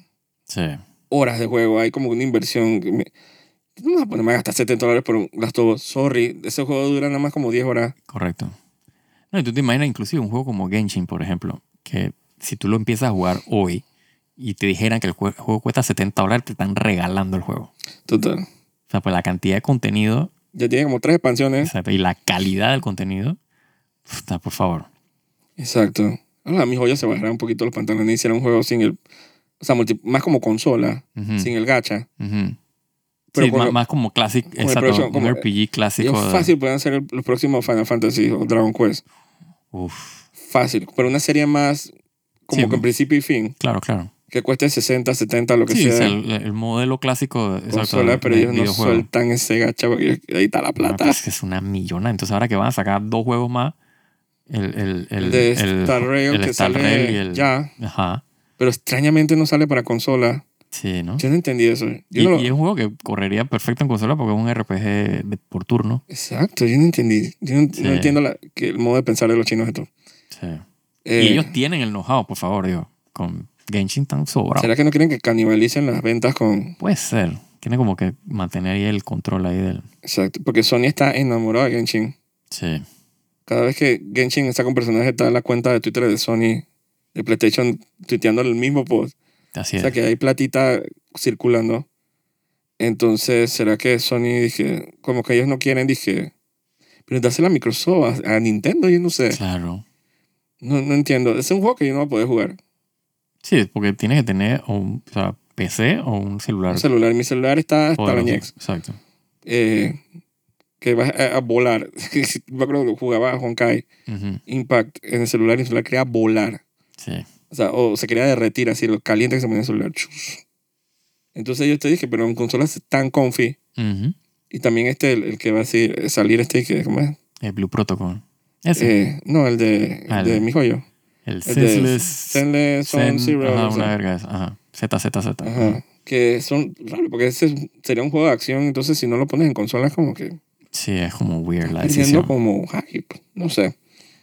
Speaker 2: Sí,
Speaker 1: horas de juego, hay como una inversión. que me- No me voy a ponerme a gastar 70 dólares por un Last of Us. Sorry, ese juego dura nada más como 10 horas.
Speaker 2: correcto. No, y tú te imaginas inclusive un juego como Genshin, por ejemplo, que si tú lo empiezas a jugar hoy y te dijeran que el jue- juego cuesta 70 dólares, te están regalando el juego.
Speaker 1: Total.
Speaker 2: O sea, pues la cantidad de contenido
Speaker 1: Ya tiene como tres expansiones.
Speaker 2: exacto, y la calidad del contenido, puta, por favor.
Speaker 1: Exacto. Ahora mis joyas se bajaron un poquito los pantalones y hicieron un juego sin el... O sea, multi- más como consola,
Speaker 2: Ujú.
Speaker 1: sin el gacha.
Speaker 2: Ujú.
Speaker 1: Pero
Speaker 2: Mm. sí,
Speaker 1: con
Speaker 2: ma-
Speaker 1: lo-
Speaker 2: más, como clásico,
Speaker 1: el
Speaker 2: exacto,
Speaker 1: próximo,
Speaker 2: un
Speaker 1: como-
Speaker 2: RPG
Speaker 1: Ellos
Speaker 2: clásico. de-
Speaker 1: fácil pueden hacer el- los próximos Final Fantasy o Dragon Quest.
Speaker 2: Uf,
Speaker 1: Fácil. Pero una serie más como
Speaker 2: Sí.
Speaker 1: que en principio y fin.
Speaker 2: claro, claro.
Speaker 1: Que cueste 60, 70, lo que
Speaker 2: Sí,
Speaker 1: sea.
Speaker 2: o sea, el, el modelo clásico de- exacto,
Speaker 1: consola,
Speaker 2: de-
Speaker 1: pero
Speaker 2: de
Speaker 1: ellos no
Speaker 2: videojuego.
Speaker 1: sueltan ese gacha porque ahí está la
Speaker 2: No,
Speaker 1: plata.
Speaker 2: pues, que es una millona. Entonces ahora que van a sacar dos juegos más, el, el, el,
Speaker 1: de
Speaker 2: el-
Speaker 1: Star Rail
Speaker 2: el
Speaker 1: que
Speaker 2: Star
Speaker 1: sale
Speaker 2: Rail y el-
Speaker 1: ya,
Speaker 2: Ajá,
Speaker 1: pero extrañamente no sale para consola.
Speaker 2: sí, ¿no?
Speaker 1: Yo no entendí eso. Yo
Speaker 2: Y,
Speaker 1: no lo-
Speaker 2: y es un juego que correría perfecto en consola porque es un RPG de- por turno.
Speaker 1: Exacto, yo no entendí. Yo no, no
Speaker 2: Sí.
Speaker 1: entiendo la- que el modo de pensar de los chinos esto.
Speaker 2: Sí.
Speaker 1: Eh,
Speaker 2: y ellos tienen el know-how, por favor, digo. Con Genshin tan sobrado.
Speaker 1: ¿Será que no quieren que canibalicen las ventas con...
Speaker 2: Puede ser. Tiene como que mantener ahí el control ahí del...
Speaker 1: Exacto, porque Sony está enamorada de Genshin.
Speaker 2: Sí.
Speaker 1: Cada vez que Genshin saca un personaje está en la cuenta de Twitter de Sony, de PlayStation, tuiteando el mismo post. O
Speaker 2: Así es.
Speaker 1: sea que hay platita circulando. Entonces, ¿será que Sony dije, como que ellos no quieren, dije, pero dásela a Microsoft, a, a Nintendo, yo no sé.
Speaker 2: Claro.
Speaker 1: No, no entiendo. Es un juego que yo no voy a poder jugar.
Speaker 2: Sí, porque tienes que tener o un o sea, PC o un celular.
Speaker 1: Un celular, mi celular está hasta la
Speaker 2: poderoso.
Speaker 1: ñex.
Speaker 2: Exacto.
Speaker 1: Eh, que va a, a volar. Me acuerdo que jugaba a Honkai
Speaker 2: Ujú.
Speaker 1: Impact en el celular y el celular quería volar.
Speaker 2: Sí.
Speaker 1: O sea, o se quería derretir así, lo caliente que se ponía el celular. Chus. Entonces yo te dije, pero en consolas tan comfy,
Speaker 2: Ujú.
Speaker 1: Y también este, el, el que va a decir- salir este, que, ¿cómo es?
Speaker 2: El Blue Protocol. Ese.
Speaker 1: Eh, no, el de, el
Speaker 2: Ah,
Speaker 1: de
Speaker 2: el-
Speaker 1: mi joyo.
Speaker 2: el
Speaker 1: El de
Speaker 2: Senseless.
Speaker 1: Zenle Son
Speaker 2: Zen-
Speaker 1: Zero.
Speaker 2: ajá,
Speaker 1: o
Speaker 2: una
Speaker 1: sea,
Speaker 2: verga esa. Ajá. Z, Z, Z.
Speaker 1: ajá. Que son raros, porque ese sería un juego de acción, entonces si no lo pones en consolas, como que
Speaker 2: Sí, es como weird la
Speaker 1: perdiendo
Speaker 2: decisión.
Speaker 1: como hype. No sé.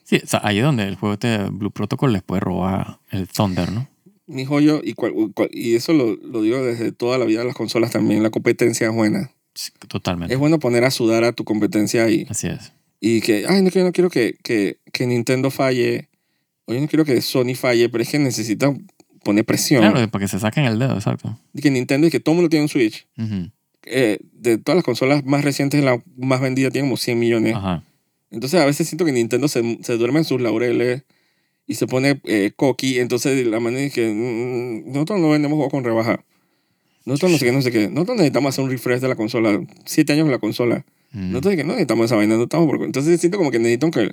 Speaker 2: Sí, o sea, ahí es donde el juego de Blue Protocol les puede robar el Thunder, ¿no?
Speaker 1: Mi joyo, y, cual- cual- y eso lo, lo digo desde toda la vida de las consolas también, la competencia es buena.
Speaker 2: Sí, totalmente.
Speaker 1: Es bueno poner a sudar a tu competencia ahí.
Speaker 2: Así es.
Speaker 1: y que, ay, no, que yo no quiero que, que, que Nintendo falle, o yo no quiero que Sony falle, pero es que necesitan poner presión.
Speaker 2: Claro, para que se saquen el dedo, exacto.
Speaker 1: Y que Nintendo y que todo el mundo tiene un Switch.
Speaker 2: Ujú.
Speaker 1: Eh, de todas las consolas más recientes, la más vendida tiene como 100 millones.
Speaker 2: Ajá.
Speaker 1: Entonces a veces siento que Nintendo se, se duerme en sus laureles y se pone eh, coqui. Entonces la manera es que mm, nosotros no vendemos juegos con rebaja. Nosotros no sé qué, no sé qué. Nosotros necesitamos hacer un refresh de la consola. Siete años en la consola.
Speaker 2: Mm.
Speaker 1: Nosotros que no necesitamos esa vaina. No estamos por... Entonces siento como que necesitan que,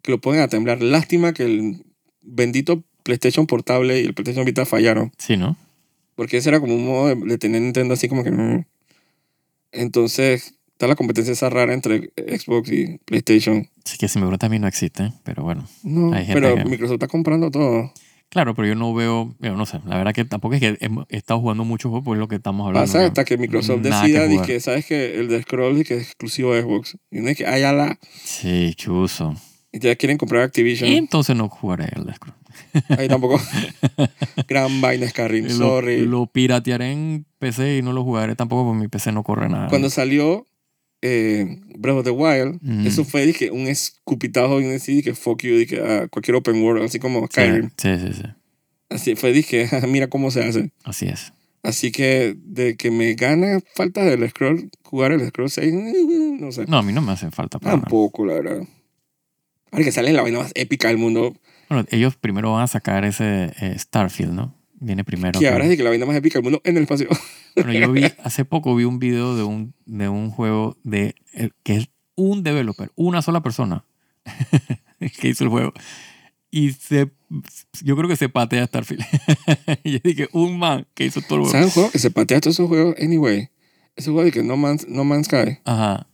Speaker 1: que lo pongan a temblar. Lástima que el bendito PlayStation Portable y el PlayStation Vita fallaron.
Speaker 2: Sí, ¿no?
Speaker 1: Porque ese era como un modo de, de tener Nintendo así como que... mm. Entonces está la competencia esa rara entre Xbox y PlayStation.
Speaker 2: Así que si me preguntas a mí no existe, pero bueno.
Speaker 1: No,
Speaker 2: Hay gente
Speaker 1: pero
Speaker 2: que-
Speaker 1: Microsoft está comprando todo.
Speaker 2: Claro, pero yo no veo, yo no sé, la verdad que tampoco es que he, he estado jugando mucho juego, por lo que estamos hablando.
Speaker 1: Pasa
Speaker 2: ¿no?
Speaker 1: hasta que Microsoft
Speaker 2: Nada que
Speaker 1: decida y
Speaker 2: jugar.
Speaker 1: que, ¿sabes que El de Scrolls y que es exclusivo de Xbox. Y no es que, ay, ala,
Speaker 2: Sí, chuzo.
Speaker 1: y ya quieren comprar Activision.
Speaker 2: Y entonces no jugaré el Death Scrolls.
Speaker 1: Ahí tampoco. Gran vaina Skyrim,
Speaker 2: Lo,
Speaker 1: sorry.
Speaker 2: lo piratearé en PC y no lo jugaré tampoco porque mi PC no corre nada.
Speaker 1: Cuando salió eh, Breath of the Wild,
Speaker 2: Ujú.
Speaker 1: eso fue dije, un escupitajo y un así que fuck you, dije, a cualquier open world, así como
Speaker 2: sí,
Speaker 1: Skyrim.
Speaker 2: sí, sí, sí.
Speaker 1: Así fue dije, "Ja, mira cómo se hace.
Speaker 2: Así es.
Speaker 1: Así que de que me gana falta del scroll, jugar el scroll 6, no sé.
Speaker 2: No, a mí no me hacen falta. para nada.
Speaker 1: Tampoco, la verdad. Ahora que sale la vaina más épica del mundo,
Speaker 2: Bueno, ellos primero van a sacar ese eh, Starfield, ¿no? Viene primero.
Speaker 1: que
Speaker 2: que-
Speaker 1: ahora es de que la vaina más épica del mundo en el espacio.
Speaker 2: Bueno, yo vi, hace poco vi un video de un, de un juego de, eh, que es un developer, una sola persona que hizo el juego. Y se, yo creo que se patea Starfield. yo dije, un man que hizo todo el juego.
Speaker 1: ¿Sabes un juego que se patea todos esos juegos? Anyway, ese juego de que No Man's, no Man's Sky,
Speaker 2: Ajá.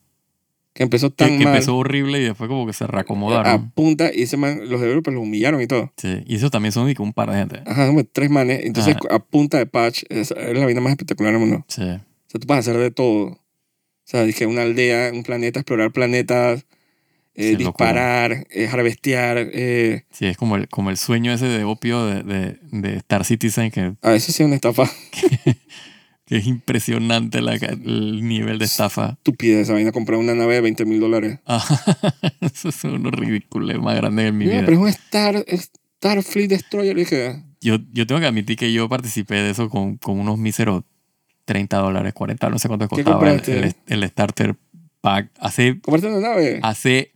Speaker 1: que empezó
Speaker 2: Que,
Speaker 1: tan
Speaker 2: que
Speaker 1: mal. eh, Ah.
Speaker 2: empezó horrible y después como que se reacomodaron.
Speaker 1: a punta y ese man, los developers lo humillaron y todo.
Speaker 2: Sí, Y eso también son dije, un par de gente.
Speaker 1: Ajá, como tres manes. Entonces, a punta de patch, es, es la vaina más espectacular del mundo.
Speaker 2: Sí.
Speaker 1: O sea, tú puedes hacer de todo. O sea, dije, una aldea, un planeta, explorar planetas, eh,
Speaker 2: Sí, locura.
Speaker 1: disparar, eh, harvestear. Eh.
Speaker 2: Sí, es como el, como el sueño ese de opio de, de, de Star Citizen, que,
Speaker 1: A eso sí es una estafa
Speaker 2: que es impresionante la, ca- el nivel de estafa.
Speaker 1: estúpida esa vaina, comprar una nave de 20 mil dólares.
Speaker 2: Ah, Esos son unos ridículos más grandes de mi
Speaker 1: Mira,
Speaker 2: vida.
Speaker 1: pero es un Star, Starfleet Destroyer. Dije,
Speaker 2: Yo, yo tengo que admitir que yo participé de eso con, con unos míseros 30 dólares, 40, no sé cuánto
Speaker 1: ¿Qué
Speaker 2: costaba el,
Speaker 1: compraste?
Speaker 2: el- el starter pack hace,
Speaker 1: comprarte una nave.
Speaker 2: hace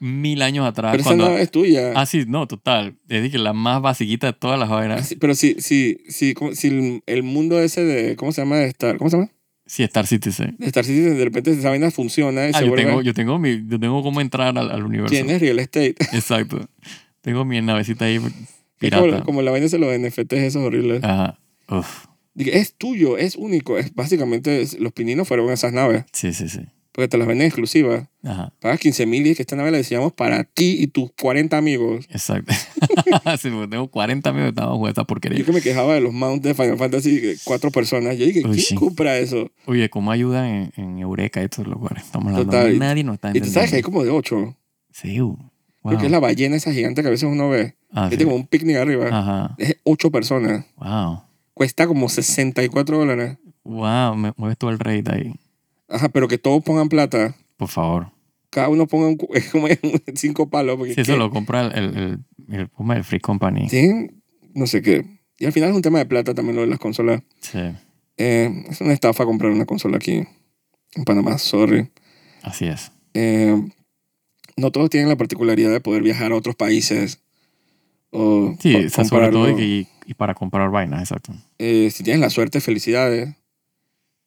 Speaker 2: mil años atrás.
Speaker 1: pero esa
Speaker 2: Ah, cuando,
Speaker 1: nave es tuya.
Speaker 2: Ah, sí, no, total. Es decir, que la más basiquita de todas las vainas.
Speaker 1: Así- Ah, pero si, si, si, como- si el- el mundo ese de, ¿cómo se llama? De Star, ¿Cómo se llama?
Speaker 2: Sí, Star Citizen.
Speaker 1: De Star Citizen, de repente esa vaina funciona y
Speaker 2: Ah,
Speaker 1: se
Speaker 2: yo
Speaker 1: vuelve...
Speaker 2: tengo, yo, tengo mi, yo tengo cómo entrar al, al universo.
Speaker 1: Tienes real estate.
Speaker 2: Exacto. Tengo mi navecita ahí
Speaker 1: Es como,
Speaker 2: pirata. Ah.
Speaker 1: como la vaina de los NFTs esos horribles.
Speaker 2: Ajá. Uf.
Speaker 1: Dije, es tuyo, es único. Es, básicamente es- los pininos fueron esas naves,
Speaker 2: Sí, sí, sí.
Speaker 1: porque te las venden exclusivas.
Speaker 2: Ajá.
Speaker 1: Pagas 15 mil y es que esta nave la diseñamos para ti y tus 40 amigos.
Speaker 2: Exacto. sí, porque tengo 40 amigos que estaban jugando esta porquería.
Speaker 1: Yo que me quejaba de los mounts de Final Fantasy, que cuatro personas. Yo dije,
Speaker 2: Uy,
Speaker 1: ¿quién
Speaker 2: sí.
Speaker 1: compra eso?
Speaker 2: Oye, ¿cómo ayudan en, en Eureka estos lugares? Estamos hablando.
Speaker 1: Total.
Speaker 2: Nadie nos está
Speaker 1: Y tú
Speaker 2: entendiendo.
Speaker 1: sabes que hay como de ocho.
Speaker 2: Sí, uh, wow.
Speaker 1: Porque es la ballena esa gigante que a veces uno ve.
Speaker 2: Ah,
Speaker 1: Que
Speaker 2: sí.
Speaker 1: tiene como un picnic arriba.
Speaker 2: Ajá.
Speaker 1: Es ocho personas.
Speaker 2: Wow.
Speaker 1: Cuesta como 64 dólares.
Speaker 2: Wow, me mueves todo el rate ahí.
Speaker 1: Ajá, pero que todos pongan plata.
Speaker 2: Por favor.
Speaker 1: Cada uno ponga un, cu- es como cinco palos. Porque
Speaker 2: Si eso
Speaker 1: ¿qué?
Speaker 2: lo compra el, el, el, el- ¿cómo es? El Free Company. Sí.
Speaker 1: Tienen no sé qué. Y al final es un tema de plata también lo de las consolas. Eh, es una estafa comprar una consola aquí en Panamá, sorry.
Speaker 2: Así es.
Speaker 1: Eh, no todos tienen la particularidad de poder viajar a otros países. O
Speaker 2: Sí,
Speaker 1: co-
Speaker 2: o sea, sobre todo
Speaker 1: comprarlo.
Speaker 2: y, y para comprar vainas, exacto.
Speaker 1: Eh, si tienes la suerte, felicidades.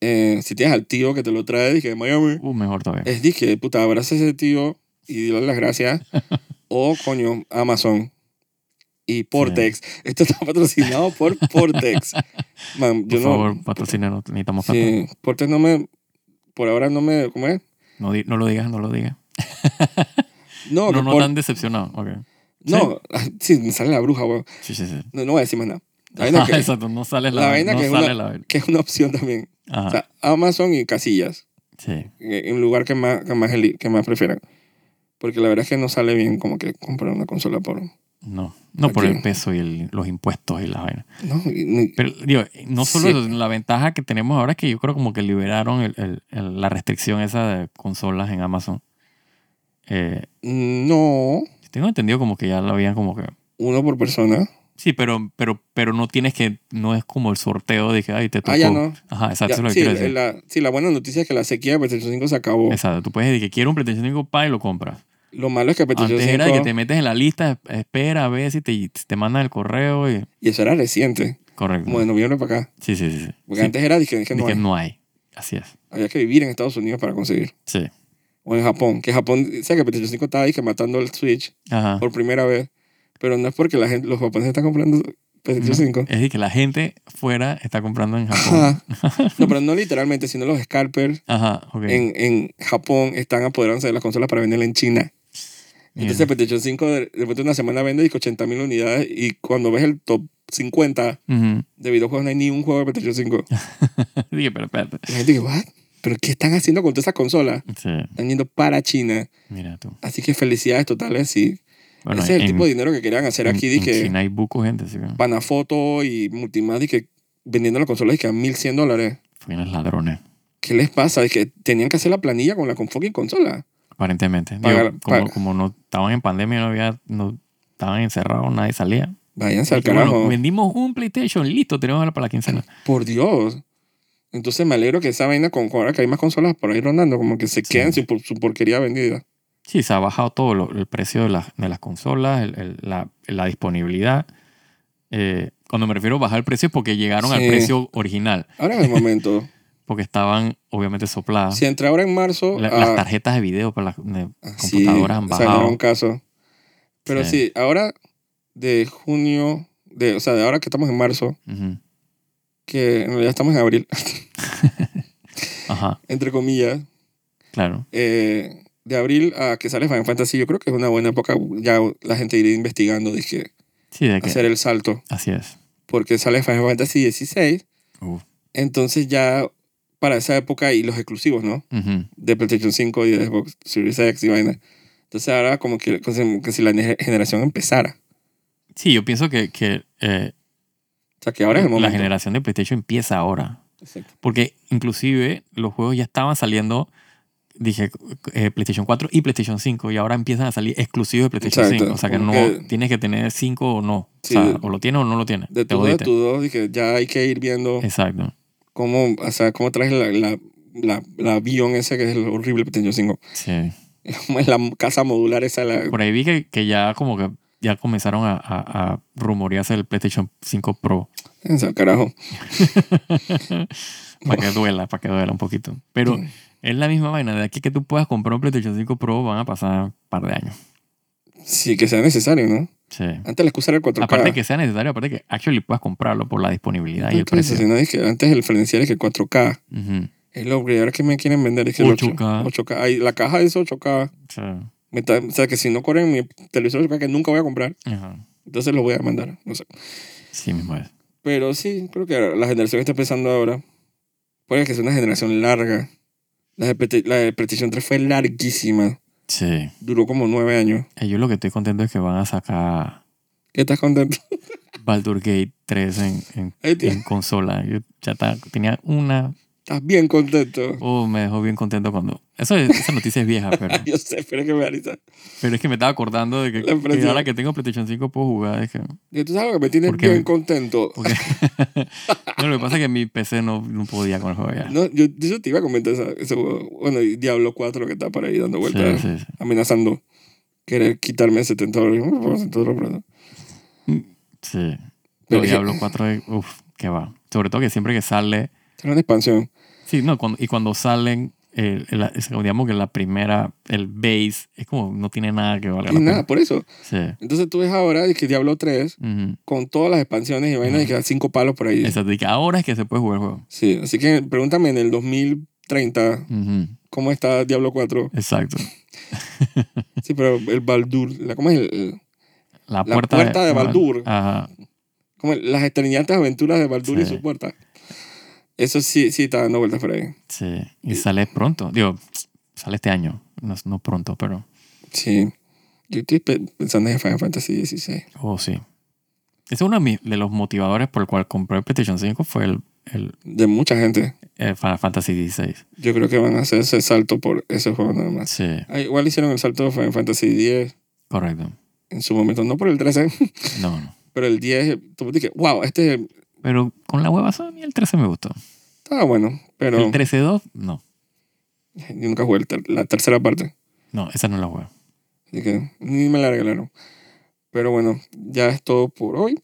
Speaker 1: Eh, si tienes al tío que te lo trae, dije, de Miami.
Speaker 2: Uh, mejor todavía.
Speaker 1: Es dije, puta, abraza a ese tío y dile las gracias. o, coño, Amazon y Portex. Esto está patrocinado por Portex. Man,
Speaker 2: Por
Speaker 1: yo
Speaker 2: favor,
Speaker 1: no.
Speaker 2: patrocina, no necesitamos plata.
Speaker 1: Sí, Portex no me. Por ahora no me. ¿Cómo es?
Speaker 2: No, di- no lo digas, no lo digas.
Speaker 1: No,
Speaker 2: no,
Speaker 1: que
Speaker 2: no
Speaker 1: por-
Speaker 2: tan decepcionado. Ok.
Speaker 1: no. ah, Sí, me sale la bruja, weón.
Speaker 2: Sí, sí, sí.
Speaker 1: No, no voy a decir más nada. La vaina que,
Speaker 2: Ah, Exacto, no sale la,
Speaker 1: la vaina
Speaker 2: no
Speaker 1: que es
Speaker 2: sale
Speaker 1: una-
Speaker 2: la vaina.
Speaker 1: que es una opción también.
Speaker 2: Ajá.
Speaker 1: O sea, Amazon y casillas.
Speaker 2: sí.
Speaker 1: eh, Un lugar que más, que más, eli- que más prefieran. Porque la verdad es que no sale bien como que comprar una consola por.
Speaker 2: No, no por
Speaker 1: Aquí.
Speaker 2: el peso y el- los impuestos y la vaina.
Speaker 1: No, y- ni-
Speaker 2: Pero digo, no solo
Speaker 1: Sí.
Speaker 2: eso, sino la ventaja que tenemos ahora es que yo creo como que liberaron el- el- el- la restricción esa de consolas en Amazon. Eh,
Speaker 1: Mm, No,
Speaker 2: tengo entendido como que ya la habían como que...
Speaker 1: uno por persona.
Speaker 2: Sí, pero, pero, pero no tienes que... No es como el sorteo de que, ay, te tocó...
Speaker 1: Ah, ya no.
Speaker 2: Ajá, exacto,
Speaker 1: Ya,
Speaker 2: eso es lo que
Speaker 1: sí,
Speaker 2: quiero decir.
Speaker 1: la, sí, la buena noticia es que la sequía de PlayStation 5 se acabó.
Speaker 2: Exacto, tú puedes decir que quiero un PlayStation 5 pa y lo compras.
Speaker 1: Lo malo es que PlayStation
Speaker 2: Antes era de
Speaker 1: 5
Speaker 2: que te metes en la lista, espera, a ver si te, si te mandan el correo y...
Speaker 1: Y eso era reciente,
Speaker 2: Correcto.
Speaker 1: como de noviembre para acá.
Speaker 2: sí, sí, sí. sí.
Speaker 1: Porque
Speaker 2: Sí,
Speaker 1: antes era dije, que
Speaker 2: de
Speaker 1: no
Speaker 2: que
Speaker 1: hay.
Speaker 2: no hay. Así es.
Speaker 1: Había que vivir en Estados Unidos para conseguir.
Speaker 2: Sí.
Speaker 1: O en Japón. Que Japón, o sea que PlayStation 5 estaba ahí que matando el Switch
Speaker 2: Ajá.
Speaker 1: por primera vez. Pero no es porque la gente, los japoneses están comprando PlayStation 5.
Speaker 2: Es decir, que la gente fuera está comprando en Japón.
Speaker 1: Ajá. No, pero no literalmente, sino los scalpers
Speaker 2: Ajá, ok.
Speaker 1: en, en Japón están apoderándose de las consolas para venderla en China.
Speaker 2: Bien.
Speaker 1: Entonces, PlayStation 5 de de repente una semana vende disque 80 mil unidades y cuando ves el top 50
Speaker 2: Ujú.
Speaker 1: de videojuegos no hay ni un juego de PlayStation 5.
Speaker 2: Dije, pero espérate.
Speaker 1: Y la gente dice, ¿what? ¿Pero qué están haciendo con todas esas consolas?
Speaker 2: Sí,
Speaker 1: Están yendo para China.
Speaker 2: mira tú.
Speaker 1: Así que felicidades totales. Sí.
Speaker 2: Bueno,
Speaker 1: Ese es el
Speaker 2: en-
Speaker 1: tipo de dinero que querían hacer
Speaker 2: en-
Speaker 1: aquí.
Speaker 2: en
Speaker 1: Dije,
Speaker 2: China hay buco, gente. Así que
Speaker 1: Panafoto y Multimás, dije, vendiendo la consola dije, a 1100 dólares.
Speaker 2: fueron ladrones,
Speaker 1: ¿Qué les pasa? Dije, tenían que hacer la planilla con la con fucking consola.
Speaker 2: aparentemente. Digo,
Speaker 1: Pagar-
Speaker 2: como,
Speaker 1: pagar.
Speaker 2: como no estaban en pandemia, no había, no estaban encerrados, nadie salía.
Speaker 1: Váyanse al
Speaker 2: Y bueno,
Speaker 1: carajo.
Speaker 2: vendimos un PlayStation, listo, tenemos ahora para la quincena.
Speaker 1: Por Dios. Entonces me alegro que esa vaina, con ahora que hay más consolas por ahí rondando, como que se
Speaker 2: Sí.
Speaker 1: quedan sin por- su porquería vendida.
Speaker 2: Sí, se ha bajado todo lo- el precio de, las- de las consolas, el- el- la, la disponibilidad. Eh, cuando me refiero a bajar el precio es porque llegaron al
Speaker 1: Sí.
Speaker 2: precio original,
Speaker 1: Ahora es el momento.
Speaker 2: porque estaban obviamente sopladas.
Speaker 1: si entra ahora en marzo,
Speaker 2: Ah. La-
Speaker 1: ah,
Speaker 2: las tarjetas de video para las de
Speaker 1: ah, sí,
Speaker 2: computadoras han
Speaker 1: o sea, no era
Speaker 2: bajado.
Speaker 1: un caso. Pero
Speaker 2: Sí.
Speaker 1: sí. ahora de junio, de, o sea, de ahora que estamos en marzo,
Speaker 2: Ujú.
Speaker 1: que en realidad estamos en abril,
Speaker 2: Ajá,
Speaker 1: entre comillas,
Speaker 2: claro.
Speaker 1: eh, de abril a que sale Final Fantasy, yo creo que es una buena época. Ya la gente iría investigando, dije,
Speaker 2: Sí, de que,
Speaker 1: hacer el salto.
Speaker 2: así es.
Speaker 1: Porque sale Final Fantasy 16
Speaker 2: Uf.
Speaker 1: Entonces ya para esa época y los exclusivos, ¿no?
Speaker 2: Ujú.
Speaker 1: De PlayStation 5 y de Xbox Series X y vaina. Entonces ahora como que, como que si la ne- generación empezara.
Speaker 2: Sí, yo pienso que, que, eh,
Speaker 1: O sea, que ahora es el
Speaker 2: la
Speaker 1: momento.
Speaker 2: generación de PlayStation empieza ahora.
Speaker 1: Exacto.
Speaker 2: Porque inclusive los juegos ya estaban saliendo, dije, eh, PlayStation 4 y PlayStation 5, y ahora empiezan a salir exclusivos de PlayStation
Speaker 1: Exacto,
Speaker 2: 5. O sea que no
Speaker 1: como que-
Speaker 2: tienes que tener 5 o no.
Speaker 1: Sí,
Speaker 2: o, sea,
Speaker 1: de-
Speaker 2: o lo tienes o no lo tienes.
Speaker 1: De
Speaker 2: Te
Speaker 1: tu dos, de
Speaker 2: jodiste.
Speaker 1: tu dos, dije, ya hay que ir viendo
Speaker 2: Exacto.
Speaker 1: cómo, o sea, cómo traes la, la, la, la avión esa que es el horrible PlayStation 5.
Speaker 2: Sí.
Speaker 1: Como es la casa modular esa. La,
Speaker 2: Por ahí vi que, que ya como que ya comenzaron a, a, a rumorearse el PlayStation 5 Pro.
Speaker 1: esa, al carajo.
Speaker 2: para que duela, para que duela un poquito. Pero
Speaker 1: Sí.
Speaker 2: es la misma vaina. De aquí que tú puedas comprar un PlayStation 5 Pro van a pasar un par de años.
Speaker 1: Sí, que sea necesario, ¿no?
Speaker 2: Sí.
Speaker 1: Antes la excusa era el 4K.
Speaker 2: Aparte que sea necesario, aparte que actually puedas comprarlo por la disponibilidad y el
Speaker 1: Antes,
Speaker 2: precio.
Speaker 1: no, dije, antes el diferencial es que 4K.
Speaker 2: Ujú.
Speaker 1: El upgrade ahora que me quieren vender es que el
Speaker 2: 8K.
Speaker 1: 8K. Ay, la caja es 8K.
Speaker 2: Sí.
Speaker 1: Me está- o sea, que si no corren mi televisor 8K, que nunca voy a comprar,
Speaker 2: Ajá.
Speaker 1: entonces lo voy a mandar. No sé.
Speaker 2: Sí, mismo es.
Speaker 1: Pero sí, creo que la generación que está empezando ahora, puede que sea una generación larga. La de, Play- la de PlayStation 3 fue larguísima.
Speaker 2: Sí.
Speaker 1: Duró como nueve años.
Speaker 2: Eh, Yo lo que estoy contento es que van a sacar
Speaker 1: ¿Qué estás contento?
Speaker 2: Baldur Gate 3 en, en,
Speaker 1: Ay, tío,
Speaker 2: en consola. Yo ya ta- tenía una...
Speaker 1: Estás bien contento.
Speaker 2: Oh, me dejó bien contento cuando... Eso, es- esa noticia es vieja, pero...
Speaker 1: Yo sé, pero es que me da risa.
Speaker 2: Pero es que me estaba acordando de que,
Speaker 1: La
Speaker 2: que
Speaker 1: impresión.
Speaker 2: ahora que tengo PlayStation 5 puedo jugar. Es que,
Speaker 1: Y tú sabes lo que me tienes
Speaker 2: ¿Por qué?
Speaker 1: bien contento.
Speaker 2: porque- No, lo que pasa es que mi PC no, no podía con el juego ya.
Speaker 1: No, yo, yo te iba a comentar esa- ese juego. Bueno, y Diablo 4 que está por ahí dando
Speaker 2: Sí,
Speaker 1: vueltas.
Speaker 2: sí, sí.
Speaker 1: amenazando querer quitarme 70 dólares. Yo, "Bueno, 70 dólares, pero no".
Speaker 2: Sí.
Speaker 1: Pero
Speaker 2: Pero
Speaker 1: es que-
Speaker 2: Diablo 4, es- uf, que va. Sobre todo que siempre que sale.
Speaker 1: Era una expansión.
Speaker 2: Sí, no, cuando, y cuando salen, eh, la- es como, digamos que la primera, el base, es como no tiene nada que valga
Speaker 1: Y
Speaker 2: la
Speaker 1: nada,
Speaker 2: pena.
Speaker 1: por eso.
Speaker 2: Sí.
Speaker 1: Entonces tú ves ahora de que Diablo 3,
Speaker 2: Ujú.
Speaker 1: con todas las expansiones y vainas, y que da cinco palos por ahí.
Speaker 2: Exacto. Y que ahora es que se puede jugar el juego.
Speaker 1: Sí, así que pregúntame en el 2030
Speaker 2: Ujú.
Speaker 1: cómo está Diablo 4.
Speaker 2: Exacto.
Speaker 1: Sí, pero el Baldur, la, ¿cómo es el- el-
Speaker 2: La
Speaker 1: La
Speaker 2: puerta,
Speaker 1: puerta de Baldur.
Speaker 2: Ajá.
Speaker 1: cómo es? las extrañantes aventuras de Baldur y
Speaker 2: Sí.
Speaker 1: su puerta? Eso sí, sí está dando vueltas por ahí.
Speaker 2: Sí. Y sale pronto. Digo, sale este año. No, no pronto, pero.
Speaker 1: Sí. Yo estoy pe- pensando en Final Fantasy XVI.
Speaker 2: Oh, sí. Ese es uno de, mis- de los motivadores por el cual compré el PlayStation 5 fue el, el,
Speaker 1: De mucha gente.
Speaker 2: el Final Fantasy XVI.
Speaker 1: Yo creo que van a hacer ese salto por ese juego nada más.
Speaker 2: Sí,
Speaker 1: Ah, Igual hicieron el salto de Final Fantasy 10
Speaker 2: correcto.
Speaker 1: en su momento, no por el 13,
Speaker 2: No, no.
Speaker 1: pero el 10, tú dije, wow, este
Speaker 2: Pero con la hueva Sony el 13 me gustó.
Speaker 1: estaba bueno, pero
Speaker 2: El 13.2, no.
Speaker 1: yo nunca jugué el ter- la tercera parte.
Speaker 2: No, esa no es la hueva.
Speaker 1: Así que ni me la regalaron. Pero bueno, ya es todo por hoy.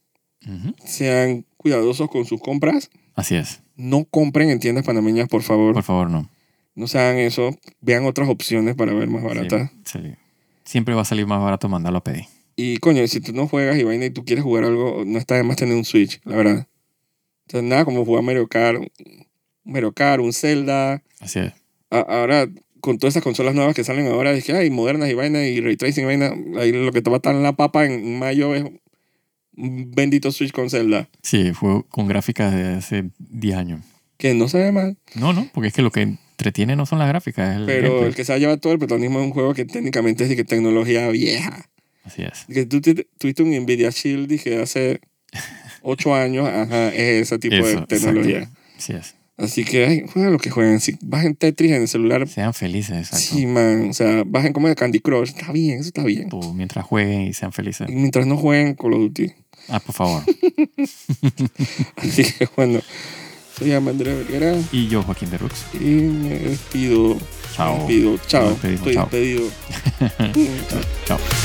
Speaker 2: Ujú.
Speaker 1: Sean cuidadosos con sus compras.
Speaker 2: Así es.
Speaker 1: No compren en tiendas panameñas, por favor.
Speaker 2: Por favor, no.
Speaker 1: No se hagan eso. Vean otras opciones para ver más baratas.
Speaker 2: Sí, sí. Siempre va a salir más barato mandarlo a pedir.
Speaker 1: Y coño, si tú no juegas y vaina y tú quieres jugar algo, no está de más tener un Switch, la verdad. O sea, nada como jugar Mario Kart, un Mario Kart, un Zelda.
Speaker 2: Así es.
Speaker 1: A- ahora, con todas esas consolas nuevas que salen ahora, es que hay modernas y vaina y ray tracing y vaina. Ahí lo que te va a estar en la papa en mayo es un bendito Switch con Zelda.
Speaker 2: Sí, fue con gráficas de hace 10 años.
Speaker 1: Que no se ve mal,
Speaker 2: No, no, porque es que lo que entretiene no son las gráficas, es el
Speaker 1: pero
Speaker 2: gameplay.
Speaker 1: el que se ha llevado todo el protagonismo es un juego que técnicamente es de que tecnología vieja.
Speaker 2: Así es.
Speaker 1: Que tú te- tuviste un Nvidia Shield y que hace ocho años, ajá, es ese tipo
Speaker 2: Eso,
Speaker 1: de
Speaker 2: exacto.
Speaker 1: tecnología.
Speaker 2: Así es.
Speaker 1: Así que ay, jueguen lo que jueguen. Si bajen Tetris en el celular,
Speaker 2: Sean felices, exacto.
Speaker 1: sí, man. O sea, bajen como de Candy Crush. Está bien, eso está bien.
Speaker 2: Tú, mientras jueguen y sean felices.
Speaker 1: Y mientras no jueguen Call of Duty.
Speaker 2: Ah, por favor.
Speaker 1: Así que bueno, soy Andrea Vergara
Speaker 2: Y yo, Joaquín de Rux.
Speaker 1: y me despido.
Speaker 2: Chao.
Speaker 1: Me despido. Chao.
Speaker 2: Nos despedimos,
Speaker 1: Estoy
Speaker 2: chao.
Speaker 1: despedido. Mm, chao.
Speaker 2: Chao.